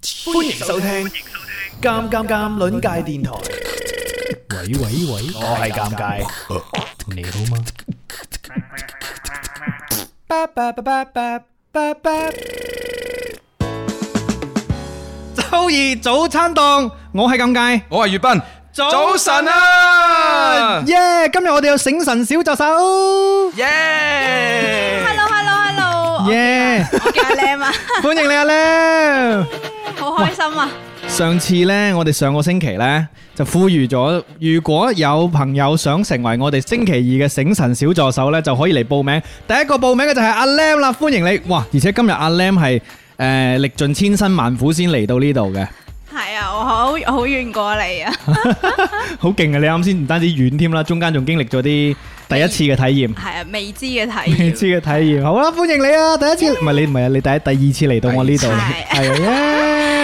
歡迎收聽《尷尷尷》鄰界電台。喂喂喂，我係尷尬，你好嗎？巴巴巴巴巴巴巴。周二早餐檔，我係咁介。我係粵斌，早早晨啊！耶！今日我哋有醒神小助手，Dạ. 耶！ Hello hello hello，耶！我叫阿 Lam à. 啊，歡迎你阿 Lam。好開心啊！上次呢，我哋上個星期呢，就呼籲咗，如果有朋友想成為我哋星期二嘅醒神小助手呢，就可以嚟報名。第一個報名嘅就係阿 Lam 啦，歡迎你！哇！而且今日阿 Lam 係誒歷盡千辛萬苦先嚟到呢度嘅。係啊，我好好遠過你啊，好勁啊！你啱先唔單止遠添啦，中間仲經歷咗啲第一次嘅體驗，係啊，未知嘅體第一驗次，嘅體驗。好啦，歡迎你啊！第一次唔係你唔係啊，你第一第二次嚟到我呢度，第係二啊耶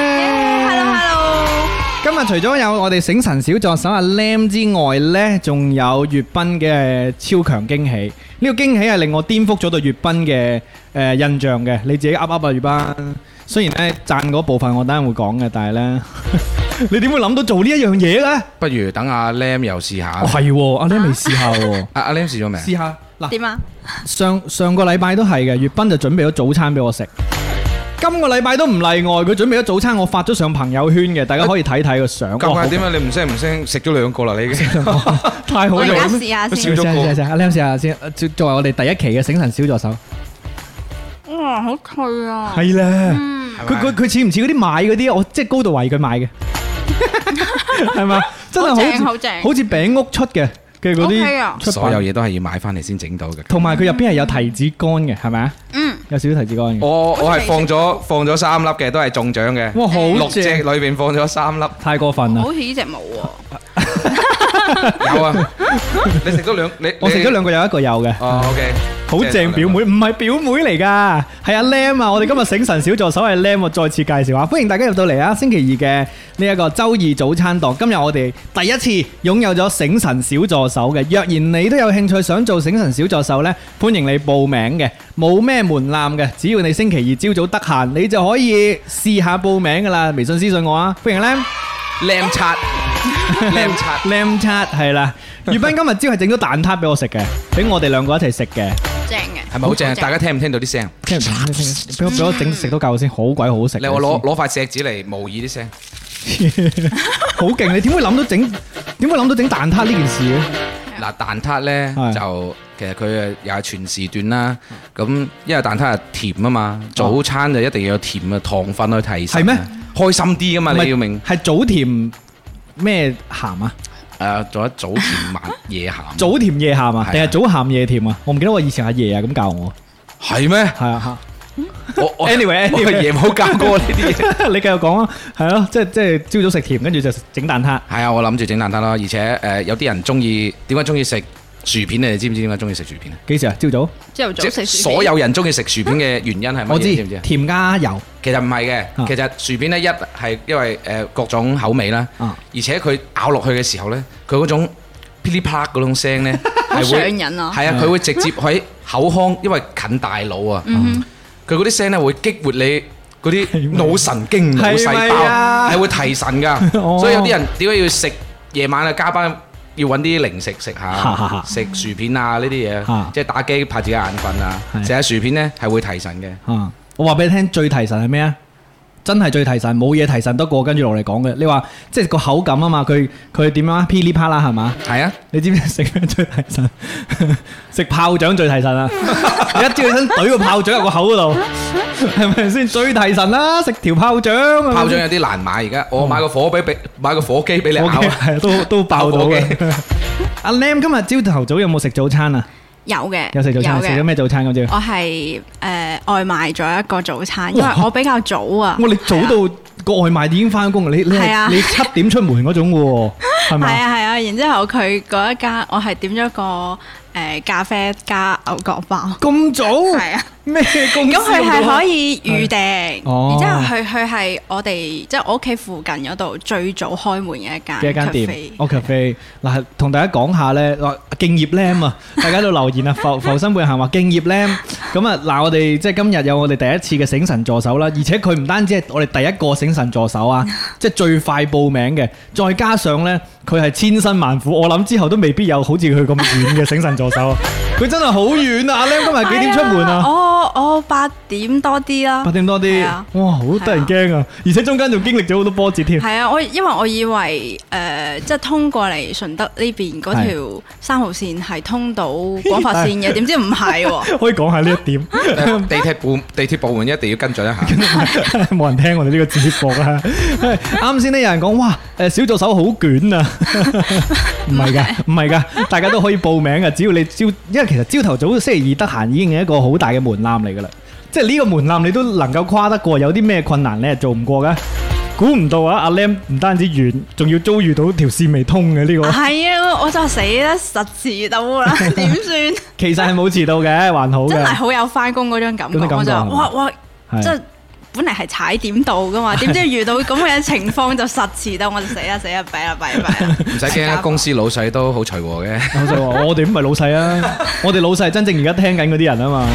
Hello hello，今日除咗有我哋醒神小助手阿 Lam 之外呢，仲有粵斌嘅超強驚喜。呢、個驚喜係令我顛覆咗對粵斌嘅誒印象嘅。你自己噏噏啊，粵斌。雖然呢讚嗰部分我等陣會講嘅，但係呢， 你點會諗到做呢一樣嘢呢？不如等阿 Lam 又試下哦，。係喎，阿 Lam 未試下喎。阿阿 Lam 試咗未？試下嗱，點啊？上上個禮拜都係嘅，粵斌就準備咗早餐俾我食。今個禮拜都唔例外，佢準備咗早餐，我發咗上朋友圈嘅，大家可以睇睇個相。咁哇快點啊！你唔聲唔聲食咗兩個啦，你已經。 太好我而家咗！試下笑先，咗個試下阿 Lam 試下先，作作為我哋第一期嘅醒神小助啊手，哇，好脆啊！係啦，嗯，佢佢佢似唔似嗰啲買嗰啲，我即係高度懷疑佢買 嘅，係嘛？真係好似好正好正好似餅屋出嘅嘅嗰 OK 啊啲出所品有嘢都係要買翻嚟先整到嘅。同埋佢入邊係有提子乾嘅，係咪啊？嗯，有少少提子乾嘅。我我係放咗放咗三粒嘅，都係中獎嘅。哇，好六隻正！裏邊放咗三粒，太過分啦！好似呢只冇喎，有啊！你食咗兩，你我食咗。你兩個有一個有嘅，哦，OK，Ờ, 好正表妹，唔係表妹嚟噶，係阿 Lam 啊！我哋今日醒神小助手係 Lam，我再次介紹下，歡迎大家入到嚟啊！星期二嘅呢一個周二早餐檔，今日我哋第一次擁有咗醒神小助手嘅。若然你都有興趣想做醒神小助手呢，歡迎你報名嘅，冇咩門檻嘅，只要你星期二朝早得閒，你就可以試下報名噶啦。微信私信我啊，歡迎 Lam。 Lam 刷 Lam 刷。 Lam 七係啦，粵斌今日朝係整咗蛋撻俾我食嘅，俾我哋兩個一齊食嘅。正嘅，係咪好正啊？大家聽唔聽到啲聲？聽唔聽得清？俾我俾我整食到夠先，好鬼好食。你我攞攞塊石子嚟模擬啲聲。 好勁！你點會諗到整？點會諗到整蛋撻呢件事咧？啊嗱，蛋撻咧係就其實佢誒又係全時段啦。咁因為蛋撻係甜啊嘛，早餐就一定要有甜嘅糖分去提神係啊。咩開心啲噶嘛，唔係你要明係早甜咩鹹啊？誒，做一早甜晚夜鹹。早甜夜鹹啊係？啊定係早鹹夜甜啊？我唔記得我以前阿爺啊咁教我。係咩？係啊，我我 Anyway，我 anyway 爺冇教過呢啲嘢。你繼續講啊。係咯，即係即係朝早食甜，跟住就整蛋撻。係啊，我諗住整蛋撻啦，而且誒有啲人中意點解中意食薯片？你哋知唔知點解中意食薯片啊？幾時啊？朝早？朝頭即早係食薯片所有人中意食薯片嘅原因係乜我嘢？知知唔知啊？甜加油。其實唔係啊嘅，其實薯片咧一係因為誒各種口味啦，啊而且佢咬落去嘅時候咧，佢嗰種噼里啪啦嗰種 聲咧好係上會癮嗯啊，係啊，佢會直接喺口腔，因為近大腦啊，嗯佢嗰啲聲咧會激活你嗰 係啲咪腦神經腦細係咪啊胞，係會提神哦，㗎，所以有啲人點解要食夜晚啊加班？要揾啲零食食下食薯片啊呢啲啊嘢，即係打機怕自己眼瞓啊，係食下薯片咧係會提神嘅。啊！我話俾你聽，最提神係咩啊？真係最提神，冇嘢提神得過跟住落嚟講嘅。你話即係個口感啊嘛，佢佢點樣啊？噼里啪啦係嘛？係啊。你知唔知食咩最提神？ 食炮仗最提神啊！你一朝起身懟個炮仗入個口嗰度，係咪先最提神啦？食條炮仗 啊！炮仗有啲難買，而家我買個火俾俾買個火機俾你我咬嘅啊！係都都爆到我嘅嘅。 阿 Lam 今日朝頭早有冇食早餐啊？有嘅，有食早餐，食咗嘅。咩早餐咁朝？我係誒外賣咗一個早餐，因為我比較早啊，我你早到個外賣已經翻工啦，你你係係啊你七點出門嗰種喎，係咪係啊？啊係啊，然之後佢嗰一 ờ, 間我係點咗個誒咖啡加牛角包，咁早？係啊，咩公司咁佢係可以以預訂，哦然之後佢佢係我哋即係我屋企附近嗰度最早開門嘅一間嘅一間 cafe 店哦 cafe 嗱，同大家講下咧，嗱敬業 Lam 啊，大家都留言啊，浮浮生背行話敬業 Lam，咁啊嗱，我哋即係今日有我哋第一次嘅醒神助手啦，而且佢唔單止係我哋第一個醒神助手啊，即係最快報名嘅，再加上咧佢係千辛萬苦，我諗之後都未必有好似佢咁遠嘅醒神助手，啊佢真係好遠啊！阿 Lam 今日幾點出門啊？我我哦八點多啲啦八。點多啲係啊，哇，好得人驚啊！而且中間仲經歷咗好多波折添。係啊，我因為我以為誒、呃即係通過嚟順德呢邊嗰條三號線係通到廣佛線 嘅，點知唔係喎。可以講下呢一點，誒 地鐵部地鐵部門一定要跟進一下。冇人聽我哋呢個節目啊！ 啱先呢，有人講哇，誒小助手好卷 啊，唔係㗎，唔係㗎，大家都可以報名㗎，只要你朝，因為其實朝頭早星期二得閒已經係一個好大嘅門檻嚟㗎啦，即係呢個門檻你都能夠跨得過，有啲咩困難你係做唔過㗎？估唔到啊！阿 Lam 唔單止遠，仲要遭遇到條線未通嘅呢、個。係啊，我就死啦，實遲到啦， 點算？其實係冇遲到嘅，還好真係嘅，好有翻工嗰種感覺，嗰種感我覺就係嘛哇哇，係即係本嚟係踩點到噶嘛， 點知遇到咁嘅情況就實遲到，我就死啦死啦，弊啦弊啦弊啦！唔使驚啊，公司老細都好隨和嘅。老細話：我哋唔係老細啊，我哋老細係真正而家聽緊嗰啲人啊嘛。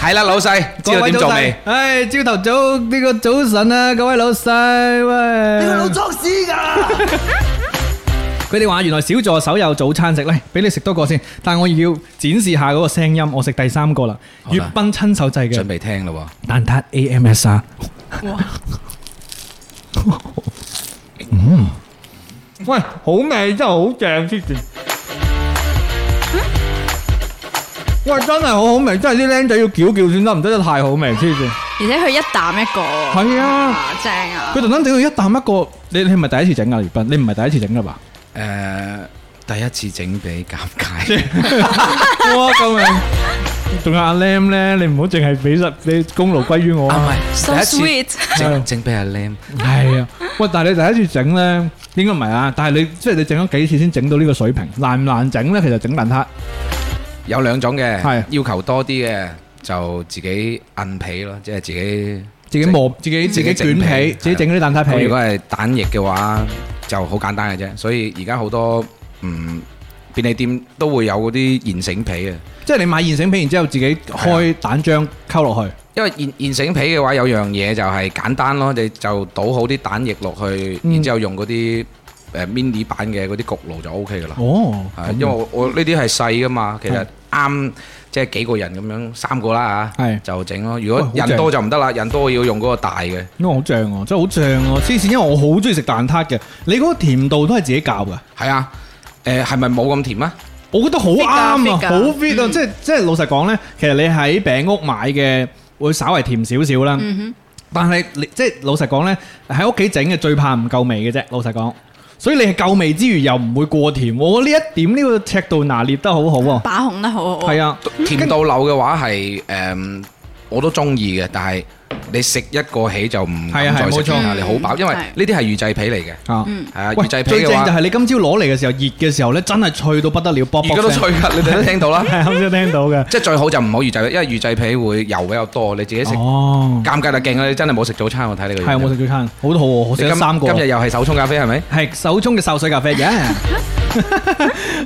係啦，老細知道點做未？唉，朝頭早呢個早晨啊，各位老細，喂，你個老作屎噶！佢哋話原來小助手有早餐食咧，俾你食多個先，但我要展示下嗰個聲音，我食第三個啦，好粵啦賓親手製準嘅備聽咯蛋撻 AMS 啊！哇，喂，好味真係好正先至。喂，真係好好味，真係啲僆仔要叫叫先得，唔得得太好味先至。而且佢一啖一個，係啊哇，正啊佢！特登整到一啖一個，你你係咪第一次整啊？葉斌，你唔係第一次整噶吧？喎。誒，第一次整俾尷尬，哇！救命！仲有阿 Lam 咧，你唔好淨係俾實你功勞歸於我啊唔啊！ So 係，第一 sweet，次整整俾阿 Lam。係啊，喂！但係你第一次整咧，應該唔係啊。但係你即係你整咗幾次先整到呢個水平，難唔難整咧？其實整蛋撻有兩種嘅係，要求多啲嘅就自己摁皮咯，即係自己。自己磨，自己嗯自己整捲皮，皮自己整嗰啲蛋撻咁如皮果。係蛋液嘅話，就好簡單嘅啫。所以而家好多嗯便利店都會有嗰啲現成皮嘅，即係你買現成皮，然之後自己開蛋漿溝落去。因為現現成皮嘅話有樣嘢就係簡單咯，你就倒好啲蛋液落去，嗯然之後用嗰啲誒 mini 版嘅嗰啲焗爐就 O K 噶啦。哦係，因為我我呢啲係細噶嘛，其實啱即係幾個人咁樣三個啦嚇係，就整咯。如果喂好正人多就唔得啦，人多要用嗰個大嘅。因為好正喎，真係好正喎！黐線，因為我好中意食蛋撻嘅，你嗰個甜度都係自己教㗎。係啊，誒係咪冇咁甜啊？我覺得好啱 Fit 啊，㗎好 fit 啊！即係即係老實講呢，其實你喺餅屋買嘅會稍為甜少少啦。但係你即係老實講呢，喺屋企整嘅最怕唔夠味嘅啫。老實講，所以你係夠味之餘又唔會過甜喎。我呢一點呢個尺度拿捏得好好喎。把控得好好啊。係啊，甜到漏嘅話係誒、嗯我都中意嘅，但係你食一個起就唔係啊敢係再食冇錯啦，你好飽，嗯因為係呢啲係預製皮嚟嘅，啊，係啊喂，預最製正皮就嘅話，係你今朝攞嚟嘅時候，熱嘅時候呢，真係脆到不得了，卜卜而家都聲。脆㗎，你哋都聽到啦 係啱先聽到嘅。即係最好就唔好預製皮，因為預製皮會油比較多，你自己食哦，尷尬就勁啦！你真係冇食早餐，我睇你個樣係我食早餐，好肚餓，我食你咗今三個。今日又係手沖咖啡係咪？系手冲嘅瘦水咖啡嘅。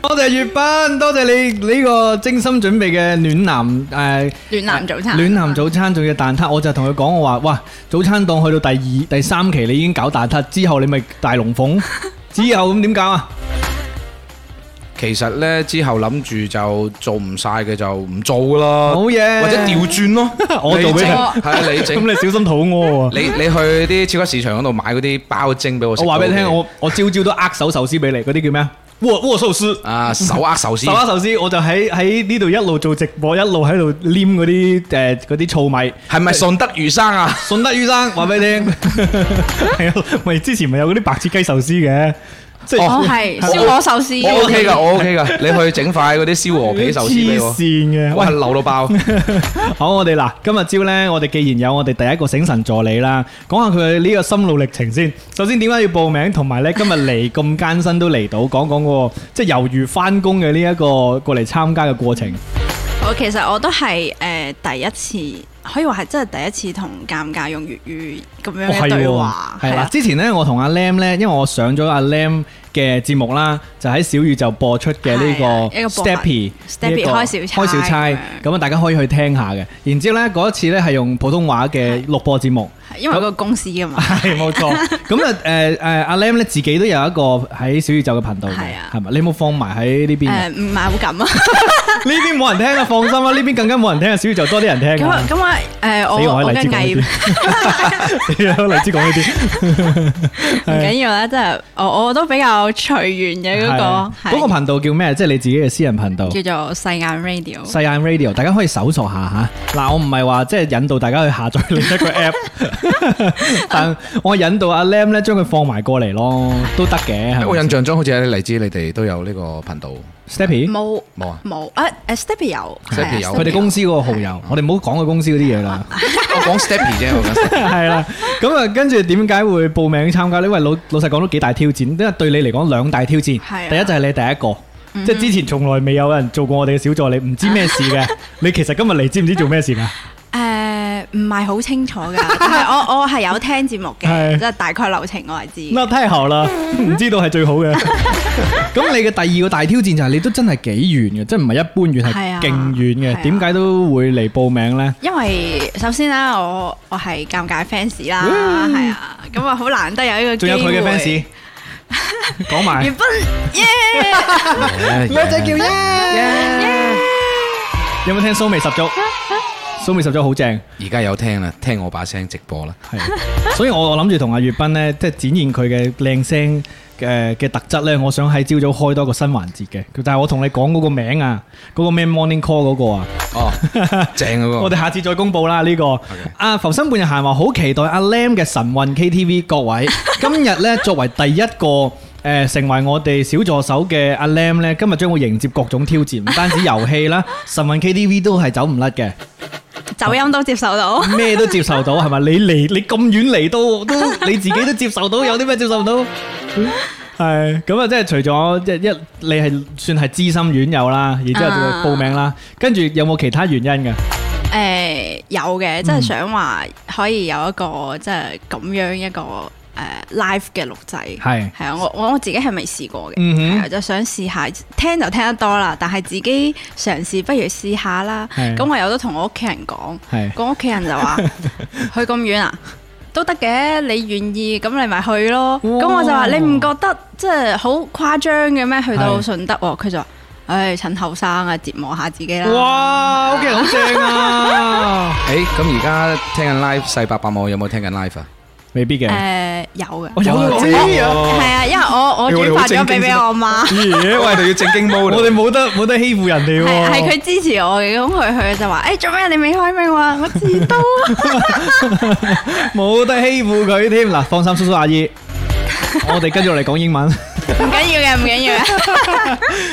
多謝月斌，多謝你呢個精心準備嘅暖男诶。暖男早餐，暖男早餐仲要蛋撻，我就同佢講我話：，哇，早餐檔去到第二、第三期，你已經搞蛋撻，之後你咪大龍鳳，之後咁點搞啊？其實呢，之後諗住就做唔晒嘅就唔做㗎啦，好嘢，。哦或者調轉咯 我做俾你你整係啊你咁整。你小心肚屙啊！ 你你去啲超級市場嗰度買嗰啲包蒸俾我食我到嘅。話俾你聽，我我朝朝都握手壽司俾你，嗰啲叫咩啊？握握壽司。啊手握壽司手，拉壽司，我就喺喺呢度一路做直播，一路喺度黏嗰啲誒嗰啲醋米。係咪順德魚生啊？順德醫生話俾 你聽，係啊，咪之前咪有嗰啲白切雞壽司嘅，即係哦哦係我燒鵝壽司我 OK 噶，我 OK 噶。你去整塊嗰啲燒鵝皮壽司俾黐我，線嘅。哇喂，流到爆！好，我哋嗱，今日朝呢，我哋既然有我哋第一個醒神助理啦，講下佢呢個心路歷程先。首先點解要報名，同埋呢今日嚟咁艱辛都嚟到，講講嗰個即係猶如翻工嘅呢一個過嚟參加嘅過程。我其實我都係誒、呃第一次，可以話係真係第一次同尷尬用粵語哦咁樣嘅對話，系啦。啊，之前咧，我同阿 Lam 咧，因為我上咗阿 Lam 嘅節目啦，就喺小宇宙播出嘅呢係啊一個個博物 Steppy Steppy 呢個開小差開小差咁樣咁啊，大家可以去聽下嘅。然之後咧，嗰一次咧係用普通話嘅錄播節目。因為個公司㗎 嘛。係冇錯，咁啊誒誒，阿 Lam 咧自己都有一個喺小宇宙嘅頻道嘅，係啊係咪？你有冇放埋喺呢邊啊？誒唔係好敢啊！呢邊冇人聽啊，放心啦，呢邊更加冇人聽啊，小宇宙多啲人聽咁啊啊。咁啊誒，死我我我喺荔嘅枝講呢藝啲， 死我喺荔枝講呢啲，唔緊要啦，即係我我都比較隨緣嘅嗰個，嗰個係頻道叫咩？即係你自己嘅私人頻道。叫做細眼 radio。細眼 radio，大家可以搜索下吓。嗱，我唔係話即係引導大家去下載另一 個 app，但我引導阿 Lam 咧將佢放埋過嚟咯，都得嘅。係我咪印象中好似喺荔枝，你哋都有呢個頻道 Steppy，冇冇啊？冇啊誒 Steppy 有 Steppy 係啊有佢哋公司嗰個好 友，我哋唔好講佢公司嗰啲嘢啦。我講 Steppy 啫，我講 Steppy 係啦，咁啊，跟住點解會報名參加呢？因為老老實講都幾大挑戰，因為對你嚟講兩大挑戰。第一就係啊嗯係你第一個，即係之前從來未有人做過我哋嘅小助理，唔知咩事 嘅。你其實今日嚟知唔知做咩事㗎？誒唔係好清楚㗎， 但係我我係有聽節目係嘅，即係大概流程我係知嘅。那太好啦，嗯唔知道係最好 嘅。咁你嘅第二個大挑戰就係你都真係幾遠嘅，即係唔係一般遠，係係啊勁遠係嘅。啊點解都會嚟報名呢？因為首先啦，我我係尷尬 fans 啦，係啊，咁啊好難得有呢個仲機有會。佢嘅 fans，講埋 葉斌 耶！女仔叫耶耶，有冇聽蘇味十足？蘇味十足好正。而家有聽啦，聽我把聲直播 啦。 係，所以我我諗住同阿月斌呢，即係展現佢嘅靚聲嘅嘅特質呢。我想喺朝早開多個新環節嘅。但係我同你講嗰個名啊，嗰、個咩 morning call 嗰個啊，哦，正嗰我個。哋下次再公佈啦呢、個。啊，浮生半日閒話好期待阿 Lam 嘅神韻 KTV 各 位，今日呢，作為第一個。誒、成為我哋小助手嘅阿 Lam 呢，今日將會迎接各種挑戰，唔單止遊戲啦， 神韻 KTV 都係走唔甩嘅。走音都接受到。咩都接受到係咪？你嚟你咁遠嚟到都你自己都接受到，有啲咩接受唔 到？係咁啊！即係除咗一一你係算係資深院友啦，然之後啊就報名啦，跟住有冇其他原因嘅？誒呃有嗯嘅，即係想話可以有一個即係咁樣一個誒 live 嘅錄製。係係啊，我我我自己係未試過嘅，嗯哼係啊就想試下，聽就聽得多啦，但係自己嘗試不如試下啦。係咁我有都同我屋企人講，係咁屋企人就 話去咁遠啊，都得嘅，你願意咁你咪去咯。咁我就話你唔覺得即係好誇張嘅咩？去到係順德喎，佢就話：唉，趁後生啊，折磨下自己啦。哇！屋企人好正啊！ 誒，咁而家聽緊 live 細伯伯母有冇聽緊 live 啊？未必嘅，誒有我嘅，有我知啊！係啊，因為我我哦你話你轉好發咗俾正經俾我媽，咦我哋要正經 mode 我哋冇得冇得欺負人哋係係喎，佢支持我嘅，咁佢佢就話：誒做咩你未開名話我啊知道 冇得欺負佢添。嗱，放心，叔叔阿 姨，我哋跟住落嚟講英文。 唔緊要嘅，唔緊要 嘅。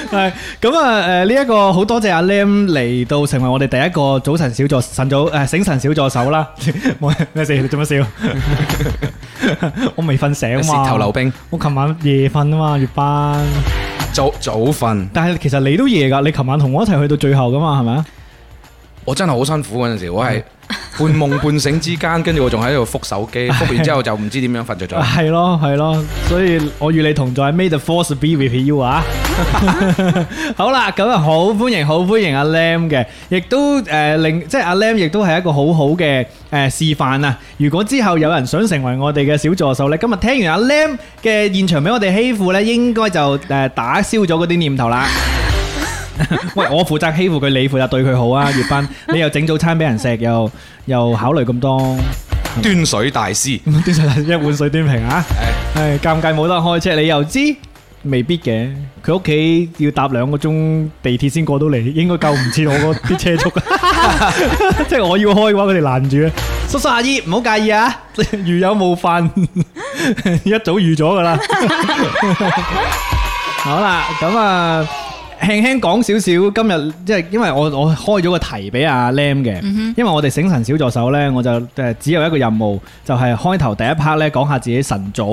系咁啊！诶，呢一個好多謝阿 Lam 嚟到成為我哋第一個早晨小助晨早诶醒神小助手啦。 冇啊咩事？你做乜笑？ 我未瞓醒舌嘛。頭溜冰，我琴晚夜瞓啊嘛，月班。早早瞓，但係其實你都夜㗎，你琴晚同我一齊去到最後㗎嘛，係咪啊？我真係好辛苦嗰陣時，我係半夢半醒之間，跟住我仲喺度覆手 機，覆完之後就唔知點樣瞓着咗。係咯係咯，所以我與你同在，May the force be with you 啊！ 好啦，咁啊好歡迎好歡迎阿 Lam 嘅，亦都誒、呃令即係阿 Lam 亦都係一個好好嘅誒示範啊！如果之後有人想成為我哋嘅小助手呢，今日聽完阿 Lam 嘅現場俾我哋欺負呢，應該就誒、呃打消咗嗰啲念頭啦。喂，我負責欺負佢，你負責對佢好啊，月斌，你又整早餐俾人食，又又考慮咁多。端水大師， 端上嚟一碗水端平啊！唉，尷尬冇得開車，你又知？未必嘅，佢屋企要搭兩個鐘地鐵先過到嚟，應該夠唔切我嗰啲車 速。即係我要開嘅話，佢哋攔住啊！叔叔阿姨唔好介意 啊，如有冒 犯，一早預咗噶啦。好啦，咁啊，誒、輕輕講少少，今日即係因為我我開咗個題俾阿 Lam 嘅，因為我哋醒神小助手呢，我就誒只有一個任務，就係、開頭第一 part 呢講下自己晨早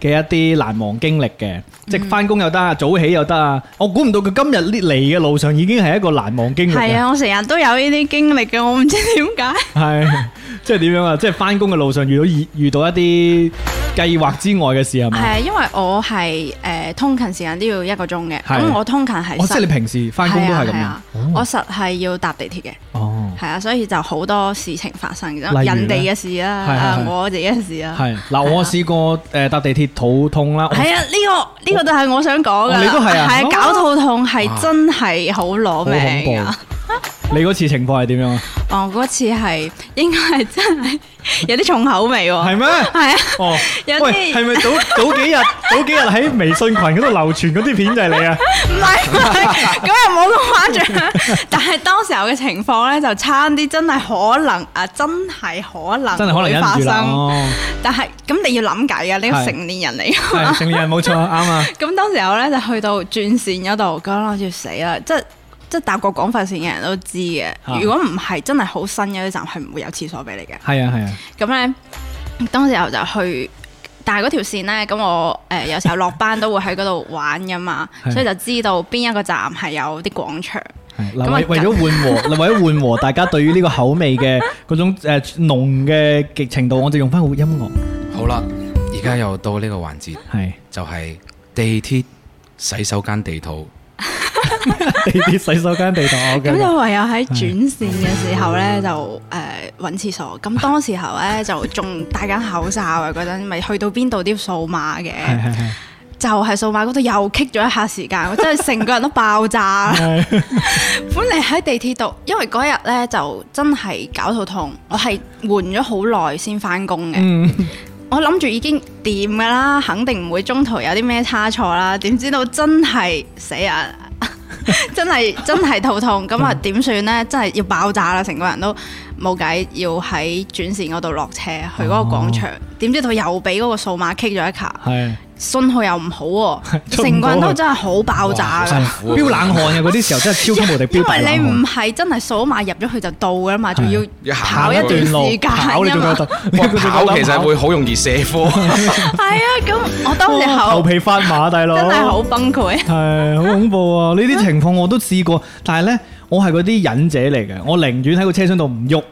嘅一啲難忘經歷嘅，即係翻工又得啊，早起又得啊。我估唔到佢今日呢嚟嘅路上已經係一個難忘經歷係啊，嗯啊，我成日都有呢啲經歷嘅，我唔知點解。係即係點樣啊？即係翻工嘅路上遇到遇遇到一啲計劃之外嘅事嗯係咪？係因為我係誒通勤時間都要一個鐘嘅，係咁我通勤係哦，即係你實平時翻工都係咁哦係樣啊，係啊我實係要搭地鐵嘅，哦。係啊，所以就好多事情發生，人咧哋嘅事啦，係係啊係我自己嘅事啦，係嗱，我試 過誒搭地鐵肚痛啦，我係啊，呢個呢個就係我想講噶，哦你都係啊係哦搞肚痛係真係好好攞恐命啊！怖！你嗰次情況係點樣 啊？哦，嗰次係應該係真係有啲重口味喎，係咩？係啊，哦，有啲喂，係咪 早早幾日早幾日喺微信群嗰度流傳嗰啲片就係你啊？唔係唔係咁又冇咁誇張，但係當時候嘅情況咧就差啲，真係可能啊，真係可能真係可能會忍唔發住啦！生，哦，但係咁你要諗計啊噶，係你個成年人嚟㗎係成年人冇 錯，啱啊！咁當時候咧就去到轉線嗰度，咁諗住死啦！即即搭過廣佛線嘅人都知嘅啊。如果唔係真係好新嘅啲站，係唔會有廁所俾你嘅。係啊係啊，，咁咧，當時候就去，但係嗰條線咧，咁我誒、呃有時候落班都會喺嗰度玩噶嘛 係所以就知道邊一個站係有啲廣 場。係嗱咁啊為為咗緩和，為咗緩和大家對於呢個口味嘅嗰種誒濃嘅極程度，我就用翻好音樂好啦，而家又到呢個環節，係就係地鐵洗手間地圖。 地鐵洗手間地圖。我咁嘅就唯有喺轉線嘅時候咧，就誒揾廁所。咁當時候咧就仲戴緊口罩啊，嗰陣咪去到邊度都要掃碼嘅。係 係係。就係數碼嗰度又棘咗一下時間， 我真係成個人都爆炸 啦！本嚟喺地鐵度，因為嗰日咧就真係搞肚痛，我係換咗好耐先翻工嘅。嗯，我諗住已經掂㗎啦，肯定唔會中途有啲咩差錯啦。點知道真係死啊！ 真係真係肚痛，咁啊點算呢？真係要爆炸啦！成個人都冇計，要喺轉線嗰度落車去嗰個廣場。點、知道又俾嗰個數碼棘咗一下。係。信號又唔好喎， 出唔到去成個人都真係好爆炸哇㗎。辛苦啊飆冷汗嘅嗰啲時候真係超級無敵因飆大為你冷唔汗。係真係數埋入咗去就到㗎啦嘛，仲要要行跑一行段段路時間跑你仲㗎夠嘛。膽，哇你仲夠膽跑其實會好容易 卸科，係啊，咁我當哇時頭候皮發麻，大佬真係好崩潰。係好恐怖啊！呢啲情況我都試過，但係呢，我係嗰啲忍者嚟嘅，我寧願喺個車廂度唔喐，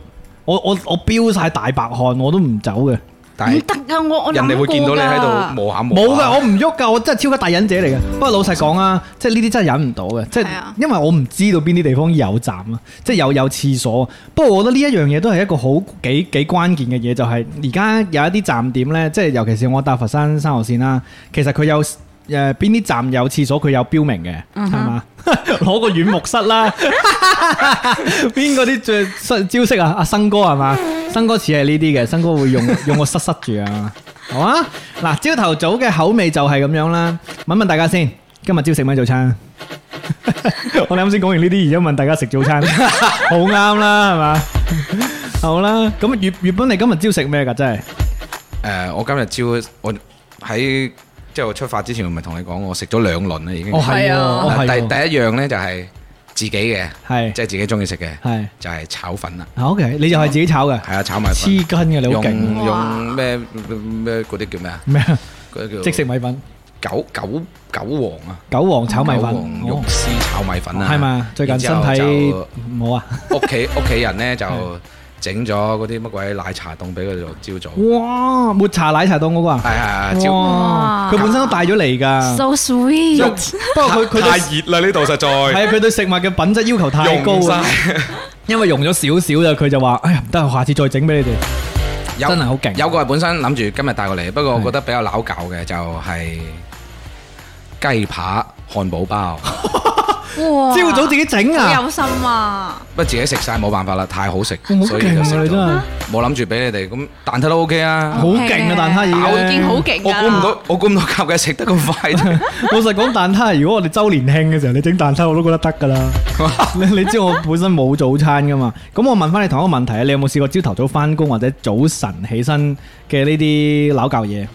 我我我飆晒大白汗，我都唔走嘅。但唔係得啊！我我人哋會見見到你喺度磨啊下冇磨噶，下。我唔喐噶，我真係超級大忍者嚟嘅。不過老實講啊，即係呢啲真係忍唔到嘅，即係係啊因為我唔知道邊啲地方有站啊，即係有有廁所。不過我覺得呢一樣嘢都係一個好幾幾關鍵嘅嘢，就係而家有一啲站點呢，即係尤其是我搭佛山三號線啦，其實佢有。誒邊啲站有廁所，佢有標明嘅，係嘛、 攞個軟木塞啦， 邊嗰啲最新招式啊？阿生哥係嘛？生哥似係呢啲嘅，生哥會用用個塞塞住啊，好啊！嗱，朝頭早嘅口味就係咁樣啦。問問大家先，今日朝食咩早餐？ 我哋啱先講完呢啲，而家問大家食早餐， 好啱啦，係嘛？好啦，咁月月本你今日朝食咩㗎？真係誒，我今日朝我喺即係我出發之前，我咪同你講，我食咗兩輪啦已經。哦係係喎，啊哦第係第喎，一樣呢就係自己嘅，係即係自己中意食嘅，係就係炒粉啦。啊 OK，你又係自己炒嘅，係啊，炒米黐粉筋嘅你好用勁用咩咩嗰啲叫咩啊？咩啊？嗰啲叫即食米粉、九九九皇啊，韭黃炒米九粉，皇肉絲炒米粉啊，係嘛？最近然之身後體就冇啊？屋企屋企人咧就整咗嗰啲乜鬼奶茶凍俾佢做朝早，哇！抹茶奶茶檔嗰個啊，係係係朝哇！哇佢本身都帶咗嚟㗎， So sweet，不過佢佢對熱啦呢度實在，係啊佢對食物嘅品質要求太高用啊，曬因為用咗少少就佢就話：哎呀唔得，我下次再整俾你哋。有真係好勁有個係本身諗住今日帶過嚟，不過我係覺得比較撈教嘅就係雞扒漢堡包，哇！朝早自己整好啊，有心啊！不過自己食晒冇辦法啦，太好食，哇好所以就勁食啊！你真咗。係冇諗住俾你哋咁蛋撻都 OK 啊好！勁啊！蛋撻我已已經好勁我㗎估唔啦到，我估唔到夾嘅食得咁快啫。 老實講，蛋撻如果我哋周年慶嘅時候，你整蛋撻我都覺得得㗎啦。你你知我本身冇早餐㗎嘛？咁我問翻你同一個問題啊，你有冇試過朝頭早翻工或者早晨起身嘅呢啲撈教嘢？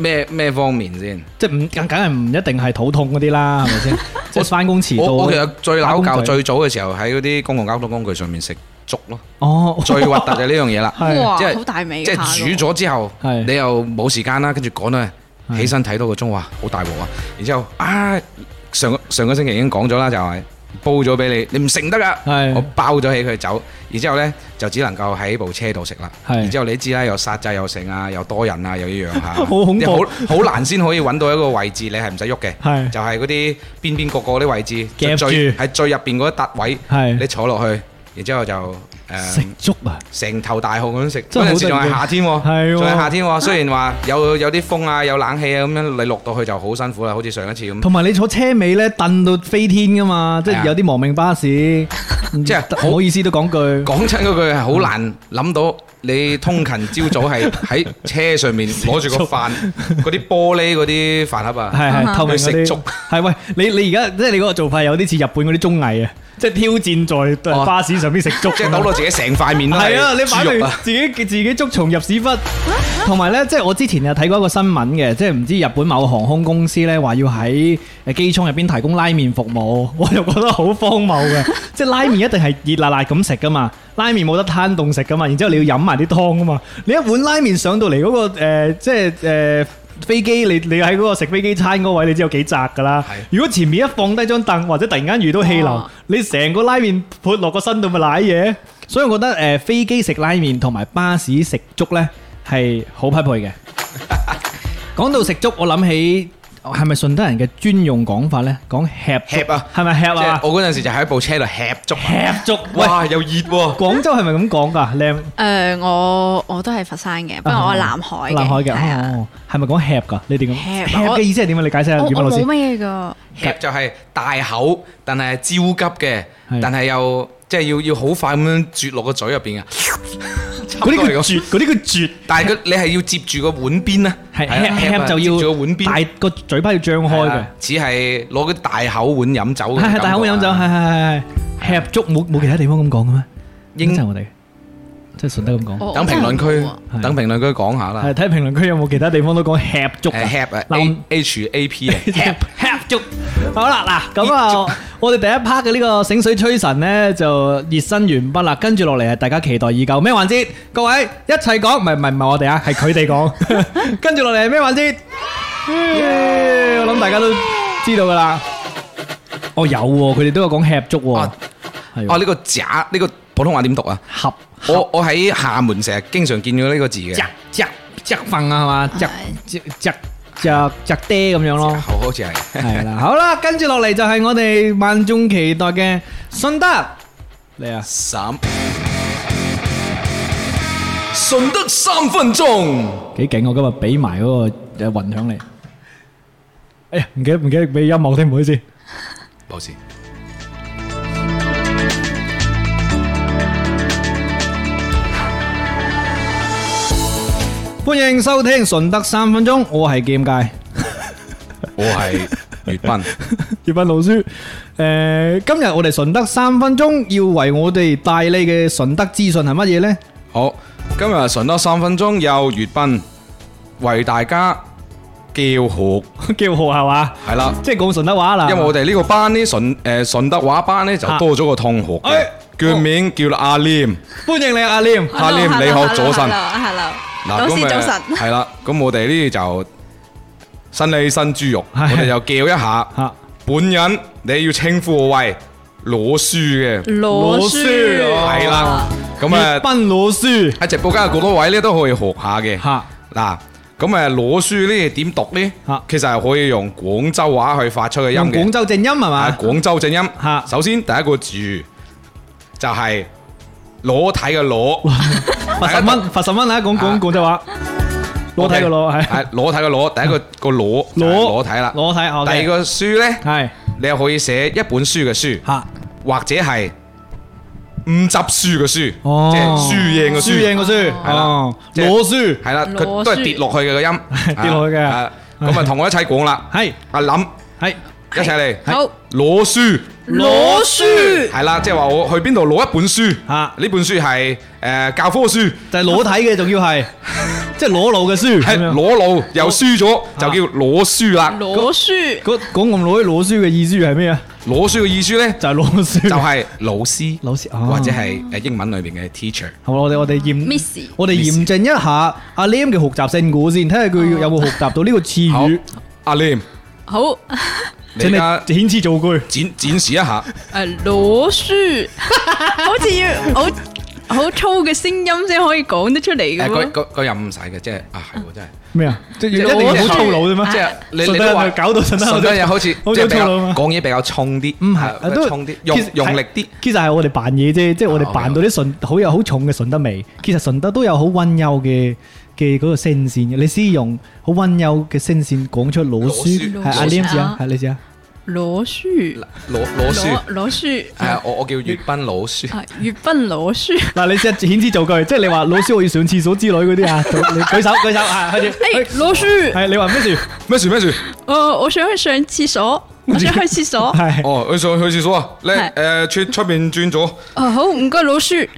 咩咩方面先？即係唔梗梗係唔一定係肚痛嗰啲 啦，係咪先？即係翻工遲到。啊我我其實最打鬧工教仔最早嘅時候喺嗰啲公共交通工具上面食粥 咯，哦，最核突就呢樣嘢 啦。係哇即係，好大味即㗎係煮咗之後，係你又冇時間啦，跟住趕咧，係起身睇到個鐘，哇，好大鑊啊！然之後啊，上個上個星期已經講咗啦，就係煲咗俾你，你唔食唔得噶， 係我包咗起佢走，然之後呢，就只能夠喺部車度食啦。係然之後你知啦，又殺制又剩啊，又多人啊，又依樣 嚇，好恐怖好好難先可以揾到一個位置你係唔使喐嘅。係就係嗰啲邊邊角角嗰啲位置，夾最住喺最入邊嗰一笪位，係你坐落去，然之後就食誒粥啊！成頭大汗咁樣食。真係好嗰陣時仲得係意夏天喎，係喎仲係夏天喎。雖然話有有啲風啊，有冷氣啊，咁樣你落到去就好辛苦啦，好似上一次咁，同埋你坐車尾咧，蹬到飛天噶嘛，即係係啊有啲亡命巴士，即係好唔好意思都講句，講親嗰句係好難諗到。你通勤朝 早係喺車上面攞住個飯，嗰啲玻璃嗰啲飯盒啊，係 係透明嗰去食啲粥，係喂你你而家即係你嗰個做法有啲似日本嗰啲綜藝啊，即係挑戰在哦在巴士上邊食粥，即係倒到自己成塊面都係啊！你擺豬肉明啊！自己自己捉蟲入屎忽，同埋呢，即係我之前有睇過一個新聞嘅，即係唔知日本某航空公司呢話要喺誒機艙入邊提供拉麵服務， 我就覺得好荒謬嘅。即係拉麵一定係熱辣辣咁食噶嘛，拉麵冇得攤凍食噶嘛，然之後你要飲埋啲湯噶嘛。你一碗拉麵上到嚟嗰、個、呃、即係誒。呃飛機你你喺嗰個食飛機餐嗰位，你知有幾窄㗎啦係。如果前面一放低張凳，或者突然間遇到氣流哇，你成個拉麵潑落個身度咪瀨嘢。所以我覺得誒、呃、飛機食拉麵同埋巴士食粥呢係好匹配 嘅。講到食粥，我諗起係咪順德人嘅專用講法呢？講吃吃啊係咪吃即係啊？我嗰陣時就喺部車度吃粥啊，吃粥，喂，哇又熱喎！廣州係咪咁講㗎？靚诶，我我都係佛山嘅，不過我係南海嘅，南海嘅，係啊，哦，係咪講吃㗎？你哋咁吃吃嘅我意思係點啊？你解釋下，我語文我老師冇。咩噶，夾就係大口，但係焦急嘅係，但係又即係要要好快咁樣啜落個嘴入邊啊！嗰啲 差唔多嚟叫講，絕，嗰啲叫絕。但係佢你係要接住個碗邊啊，係係啊吃啊吃就接住要個碗邊，大個嘴巴要張開係嘅啊，只係攞嗰啲大口碗飲酒嘅係感係覺啊。大口飲酒，係係係係吃粥，冇冇其他地方咁講嘅咩？應應真係我哋，即係順德咁講。我等評論係區，等評論區講下啦係。睇評論區有冇其他地方都講吃粥啊誒 h a p 啊嗱我，A H A P 啊吃粥。好啦，嗱咁啊，我哋第一 part 嘅呢個醒水吹神呢，就熱身完畢啦，跟住落嚟係大家期待已久咩環節？各位一齊講，唔係唔係唔係我哋啊，係佢哋 講。跟住落嚟係咩環節？耶我諗大家都知道噶啦。哦，有喎，佢哋都有講吃粥喎啊，係哦喎呢個渣呢個普通話點讀啊？合我我喺廈門成日經常見到呢個字嘅隻，隻隻瞓啊，係嘛？隻隻隻隻隻爹咁樣咯。好好似係。系啦，好啦，跟住落嚟就系我哋万众期待嘅顺德嚟啊！三。順德三分鐘， 几劲，我今日俾埋嗰个诶混响你。哎呀，唔记得唔记得俾音乐听，唔好意思。冇事。欢迎收听顺德三分钟，我系剑界我係粵斌，叶斌老师。诶、今日我哋顺德三分钟要为我哋带嚟嘅顺德资讯系乜嘢呢？ 好，今日順德三分鐘有粵斌為大家叫學，叫号系嘛？係啦，即系讲顺德话啊啦。因為我哋呢個班呢，順诶顺德話班呢，就多咗個同學嘅哎，叫哦名叫阿廉，欢迎你阿廉。阿廉你好，早晨。 ，hello，老師早晨，系呃啦，咁我哋呢就新理新豬 肉，我係哋就叫一下。吓，本人你要稱呼我為攞書嘅，老師啊啊係哦啦。咁叶啊斌老师喺直播間嘅好多位咧都可以學下嘅。吓。嗱，咁誒攞書呢點讀呢嚇？其實係可以用廣州話去發出嘅音啊用嘅廣，州正音係係嘛？廣州正音嚇。首先第一個字就係裸體嘅裸，罰十蚊，罰十蚊啦！講講啊廣州話，裸體嘅裸係係裸體嘅裸，第一個個裸就係裸體啦。裸體。好啊第嘅二個書呢，係你又可以寫一本書嘅書。嚇，或者係五執書嘅書，哦即係輸贏嘅輸贏輸，個輸，係啦哦，即係裸輸，係啦，佢攞書都係跌落去嘅個音 跌落去嘅啊 咁啊，同我一齊講啦，係阿林係一齊嚟，好攞書老師係啦，即係話我去邊度攞一本書，啊呢本書係誒教科書，就係裸體嘅，仲要係即係裸露嘅 書，係咁樣攞路又輸咗，就叫攞輸啦。攞書嗰講咁耐攞書嘅意思係咩啊？攞輸嘅意思呢，就係攞書，就係老師，老師啊或者係誒英文裏面嘅 teacher。好啦，我哋我哋驗 Miss 我哋驗證一下阿 Lam 嘅學習勝果先，睇下佢有冇學習到呢個詞好語，，阿 Lim，好你請而你家遣詞造句。展展示一下。誒攞書， 好似要好好粗嘅聲音先可以講得出嚟嘅誒，嗰喎。嗰嗰又唔使嘅，即係啊，係喎，真係。咩啊？即即係係一定要我好粗魯啫嘛。即係你順你德都話人搞到順德口順德人好似好即係有比粗較魯啊嘛。講嘢比較衝啲，唔係係，都衝啲，用其實用力啲。其實係我哋扮嘢啫，即係我哋扮到啲順好有好重嘅順德味。其實順德都有好温柔嘅嘅嗰個聲線嘅，你先用好温柔嘅聲線講出老鼠。老鼠係阿老鼠 Lam 試啊啊，係你 試啊。攞書，攞攞書攞，攞書，啊誒，我我叫粵賓老書，啊，粵賓攞書。嗱，你試下顯示造句，即係你話老鼠我要上廁所之類嗰啲啊，你舉手舉手啊，開始。誒，攞書，係你話咩事？咩事咩事？誒，我想去上廁所，我想去廁所。係哦，去上去廁所啊！你係誒出出邊轉咗，哦，好，唔該，攞書。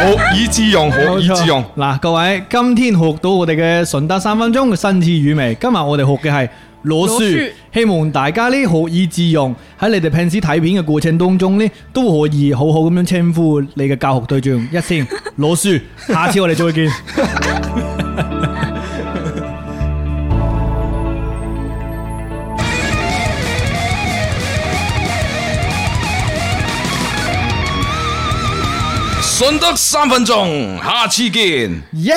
好以致用，好冇以錯致用。嗱，各位，今天學到我哋嘅順德三分鐘嘅新詞語未？今日我哋學嘅係攞攞書書，希望大家呢學以致用，喺你哋平時睇片嘅過程當中呢，都可以好好咁樣稱呼你嘅教學對象一聲攞書。下次我哋再見。順德三分鐘，下次見。耶！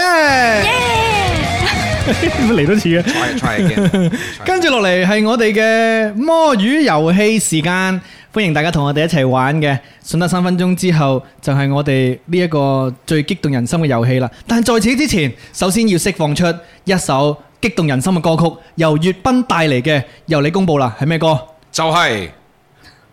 嚟多次嘅。 Try try again。跟住落嚟係我哋嘅摸魚遊戲時間，歡迎大家同我哋一齊玩嘅。順德三分鐘之後就係我哋呢一個最激動人心嘅遊戲啦。但在此之前，首先要釋放出一首激動人心嘅歌曲，由粵斌帶嚟嘅，由你公佈啦，係咩歌？ 就係